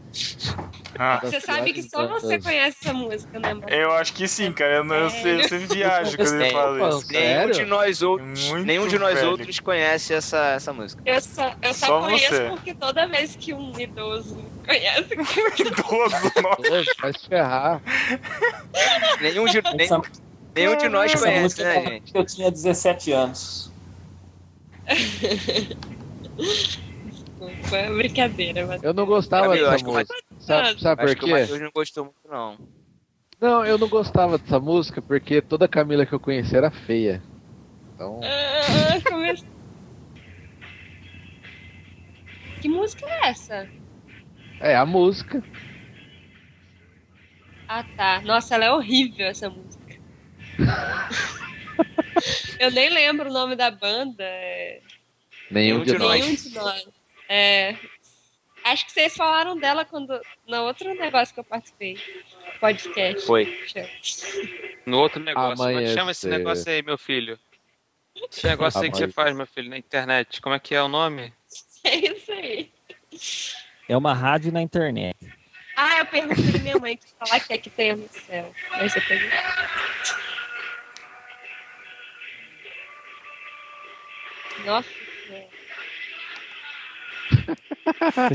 Ah,
Você sabe que só você conhece essa música, né, mano?
eu acho que sim, cara, eu, não, eu, sei- eu sempre viajo quando ele
Tem.
fala isso.
Nenhum de nós outros,
Muito
nenhum de nós
velho.
outros conhece essa, essa música.
Eu só, eu só,
Só
conheço
você.
porque toda vez que um idoso me conhece.
Idoso,
nossa. Vai se ferrar.
Nenhum de, nem- nenhum de nós
Essa
conhece,
música
né,
tava-
gente?
Eu tinha 17 anos.
Desculpa, é brincadeira, mas.
Eu não gostava
Camila,
dessa
acho que o
música.
Matheus-
Sabe, sabe
acho
por
que o Matheus
quê?
não gostou muito, não.
Não, eu não gostava dessa música porque toda Camila que eu conheci era feia. Então.
Ah, começou. Que música é essa?
É a música.
Ah, tá. Nossa, ela é horrível essa música. Eu nem lembro o nome da banda. é-
Nenhum, de, nós.
Nenhum de nós. É, Acho que vocês falaram dela quando. No outro negócio que eu participei. Podcast.
Foi.
No outro negócio. Como é que
Amanhecer.
chama esse negócio aí, meu filho? Esse negócio aí que você
Amanhecer.
faz, meu filho, na internet. Como é que é o nome?
É isso aí.
É uma rádio na internet.
Ah, eu perguntei pra minha mãe que falar que é que tem no céu. Mas eu perguntei. Nossa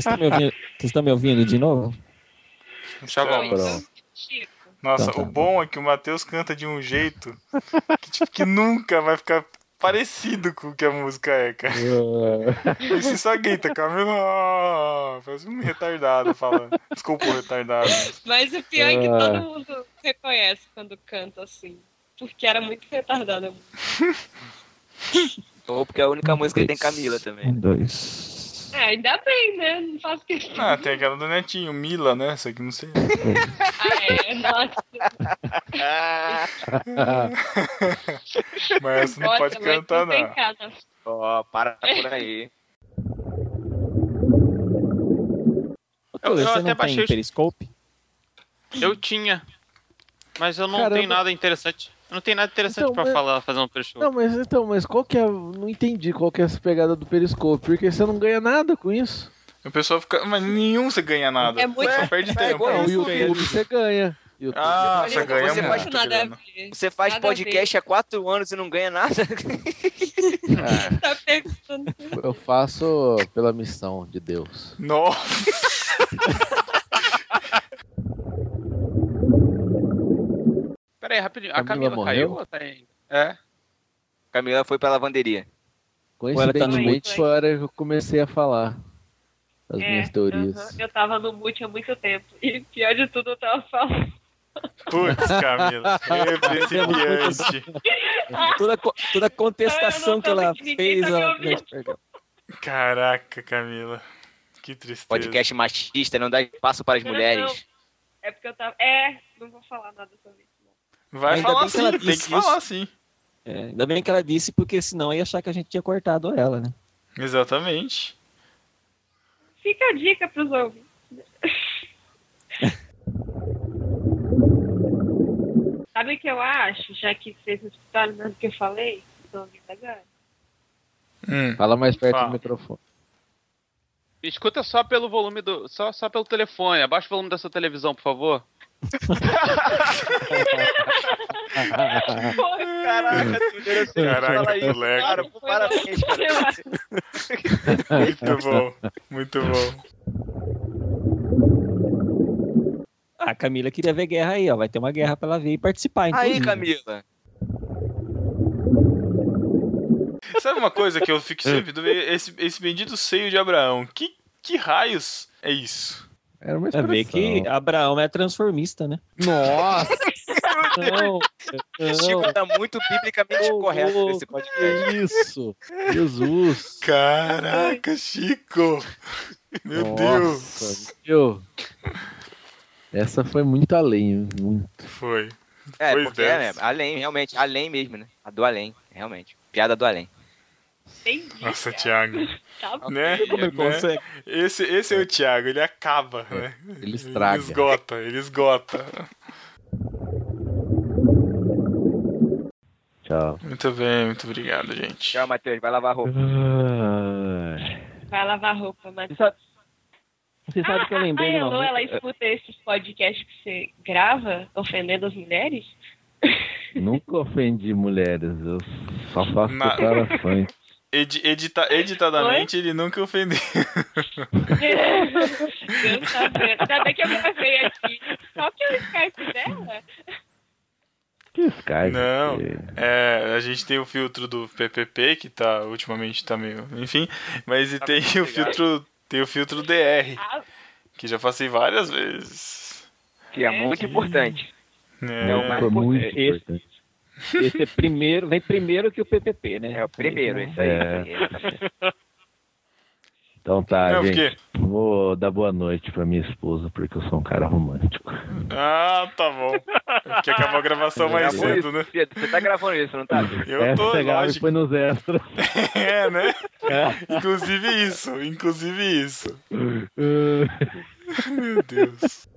Senhora.
Vocês estão me ouvindo, vocês estão me ouvindo de novo?
Já vamos. Nossa, o bom é que o Matheus canta de um jeito que, tipo, que nunca vai ficar parecido com o que a música é, cara. Ele se só grita, Camila. Parece um retardado falando. Desculpa o retardado.
Mas o pior é que
Ah.
todo mundo reconhece quando canta assim. Porque era muito retardada.
Ou porque é a única música que tem Camila também.
Um, dois.
É, ainda bem, né? Não faço questão.
Ah, tem aquela do Netinho, Mila, né? Essa aqui não sei.
É, nossa.
Mas você não pode
Nossa, mas
cantar,
não tem
não.
cara.
Ó, para por aí.
Eu-
Você
eu até
não
baixei
tem
os-
Periscope?
Eu tinha. Mas eu não
Caramba.
tenho nada interessante. Não tem nada interessante
Então,
pra
mas-
falar, fazer um periscope.
Não, mas então, mas qual que é. Não entendi qual que é essa pegada do Periscope, porque você não ganha nada com isso.
O pessoal fica. Mas nenhum você ganha nada.
É muito-
Só perde
é
tempo.
igual o YouTube, você ganha.
Ah,
Olha,
você é ganha
você faz,
muito. grana.
você faz
Nada a
podcast há quatro anos e não ganha nada?
Tá perguntando.
Eu faço pela missão de Deus.
Nossa!
Pera aí, rapidinho. A
Camila
Camila,
morreu?
caiu ou tá aí? É.
Camila foi pra lavanderia.
Coincidentemente foi a hora que eu comecei a falar as
É,
minhas teorias.
aham. Eu tava no mute há muito tempo. E pior de tudo, eu tava falando.
Putz, Camila. Decepciante.
toda, co- toda a contestação que ela fez.
tá
Ela...
Caraca, Camila. Que tristeza.
Podcast machista, não dá espaço para as
Não,
mulheres.
É porque eu tava. É, não vou falar nada sobre isso.
Vai
Ainda
falar
bem que ela
assim, tem que
disse
falar
isso.
assim.
É, ainda bem que ela disse, porque senão ia achar que a gente tinha cortado ela, né?
Exatamente.
Fica a dica pros ouvintes. Sabe o que eu acho, já que vocês não escutaram nada que eu falei? Tô ouvindo agora.
Hum.
Fala mais perto
Fala.
do microfone.
Escuta só pelo volume do. Só, só pelo telefone. Abaixa o volume da sua televisão, por favor.
Ah.
Caraca,
Caraca, moleque.
parabéns,
Muito bom, muito bom.
Ah, a Camila queria ver guerra aí, ó. Vai ter uma guerra pra ela ver e participar,
Aí,
inclusive.
Camila.
Sabe uma coisa que eu fico
Hum.
sempre dúvida? Esse, esse bendito seio de Abraão. Que, que raios é isso?
Era uma
Pra ver
expressão.
que Abraão é transformista, né?
Nossa!
Não, não.
Chico tá muito biblicamente correto nesse podcast.
É Isso! Jesus!
Caraca, Chico! Meu Deus!
Meu. Essa foi muito além, muito.
Foi.
É,
Pois
porque
é.
é, né? Além, realmente. Além mesmo, né? A do além, realmente. Piada do além.
Entendi.
Nossa, Thiago.
Tá bom.
Né?
Como ele
Né?
consegue?
Esse, esse é o Thiago, ele acaba, né?
Ele estraga.
Ele esgota, ele esgota.
Tchau.
Muito bem, muito obrigado, gente.
Tchau, Matheus. Vai lavar a roupa.
Ai.
Vai lavar roupa, mas.
é
Você sabe que eu lembrei
A
de uma
Elô, Ah, ela
música-
escuta esses podcasts que você grava ofendendo as mulheres?
Nunca ofendi mulheres, eu só faço
Na-
declarações.
Edi- edita- editadamente, ele nunca ofendeu.
Deus tá vendo. Ainda bem que eu gravei aqui. Qual que é o Skype dela?
Não, é, a gente tem o filtro do PPP, que tá, ultimamente tá meio... Enfim, mas e tem
muito
o
ligado.
filtro tem o filtro DR,
Ah,
que já passei várias vezes.
Que é muito importante.
É,
É o mais Foi muito importante. Esse é primeiro, vem primeiro que o PPP, né? É o
primeiro,
é
isso
aí, Então tá,
Ah,
Não,
gente. Vou dar boa noite pra minha esposa, porque eu sou um cara romântico.
Ah, tá bom. Porque acabou a gravação mais
Acabou
cedo, né?
Você tá gravando isso, não tá?
Eu tô,
é
Essa grave
lógico.
foi nos extras.
É, né? Inclusive isso, inclusive isso. Meu Deus.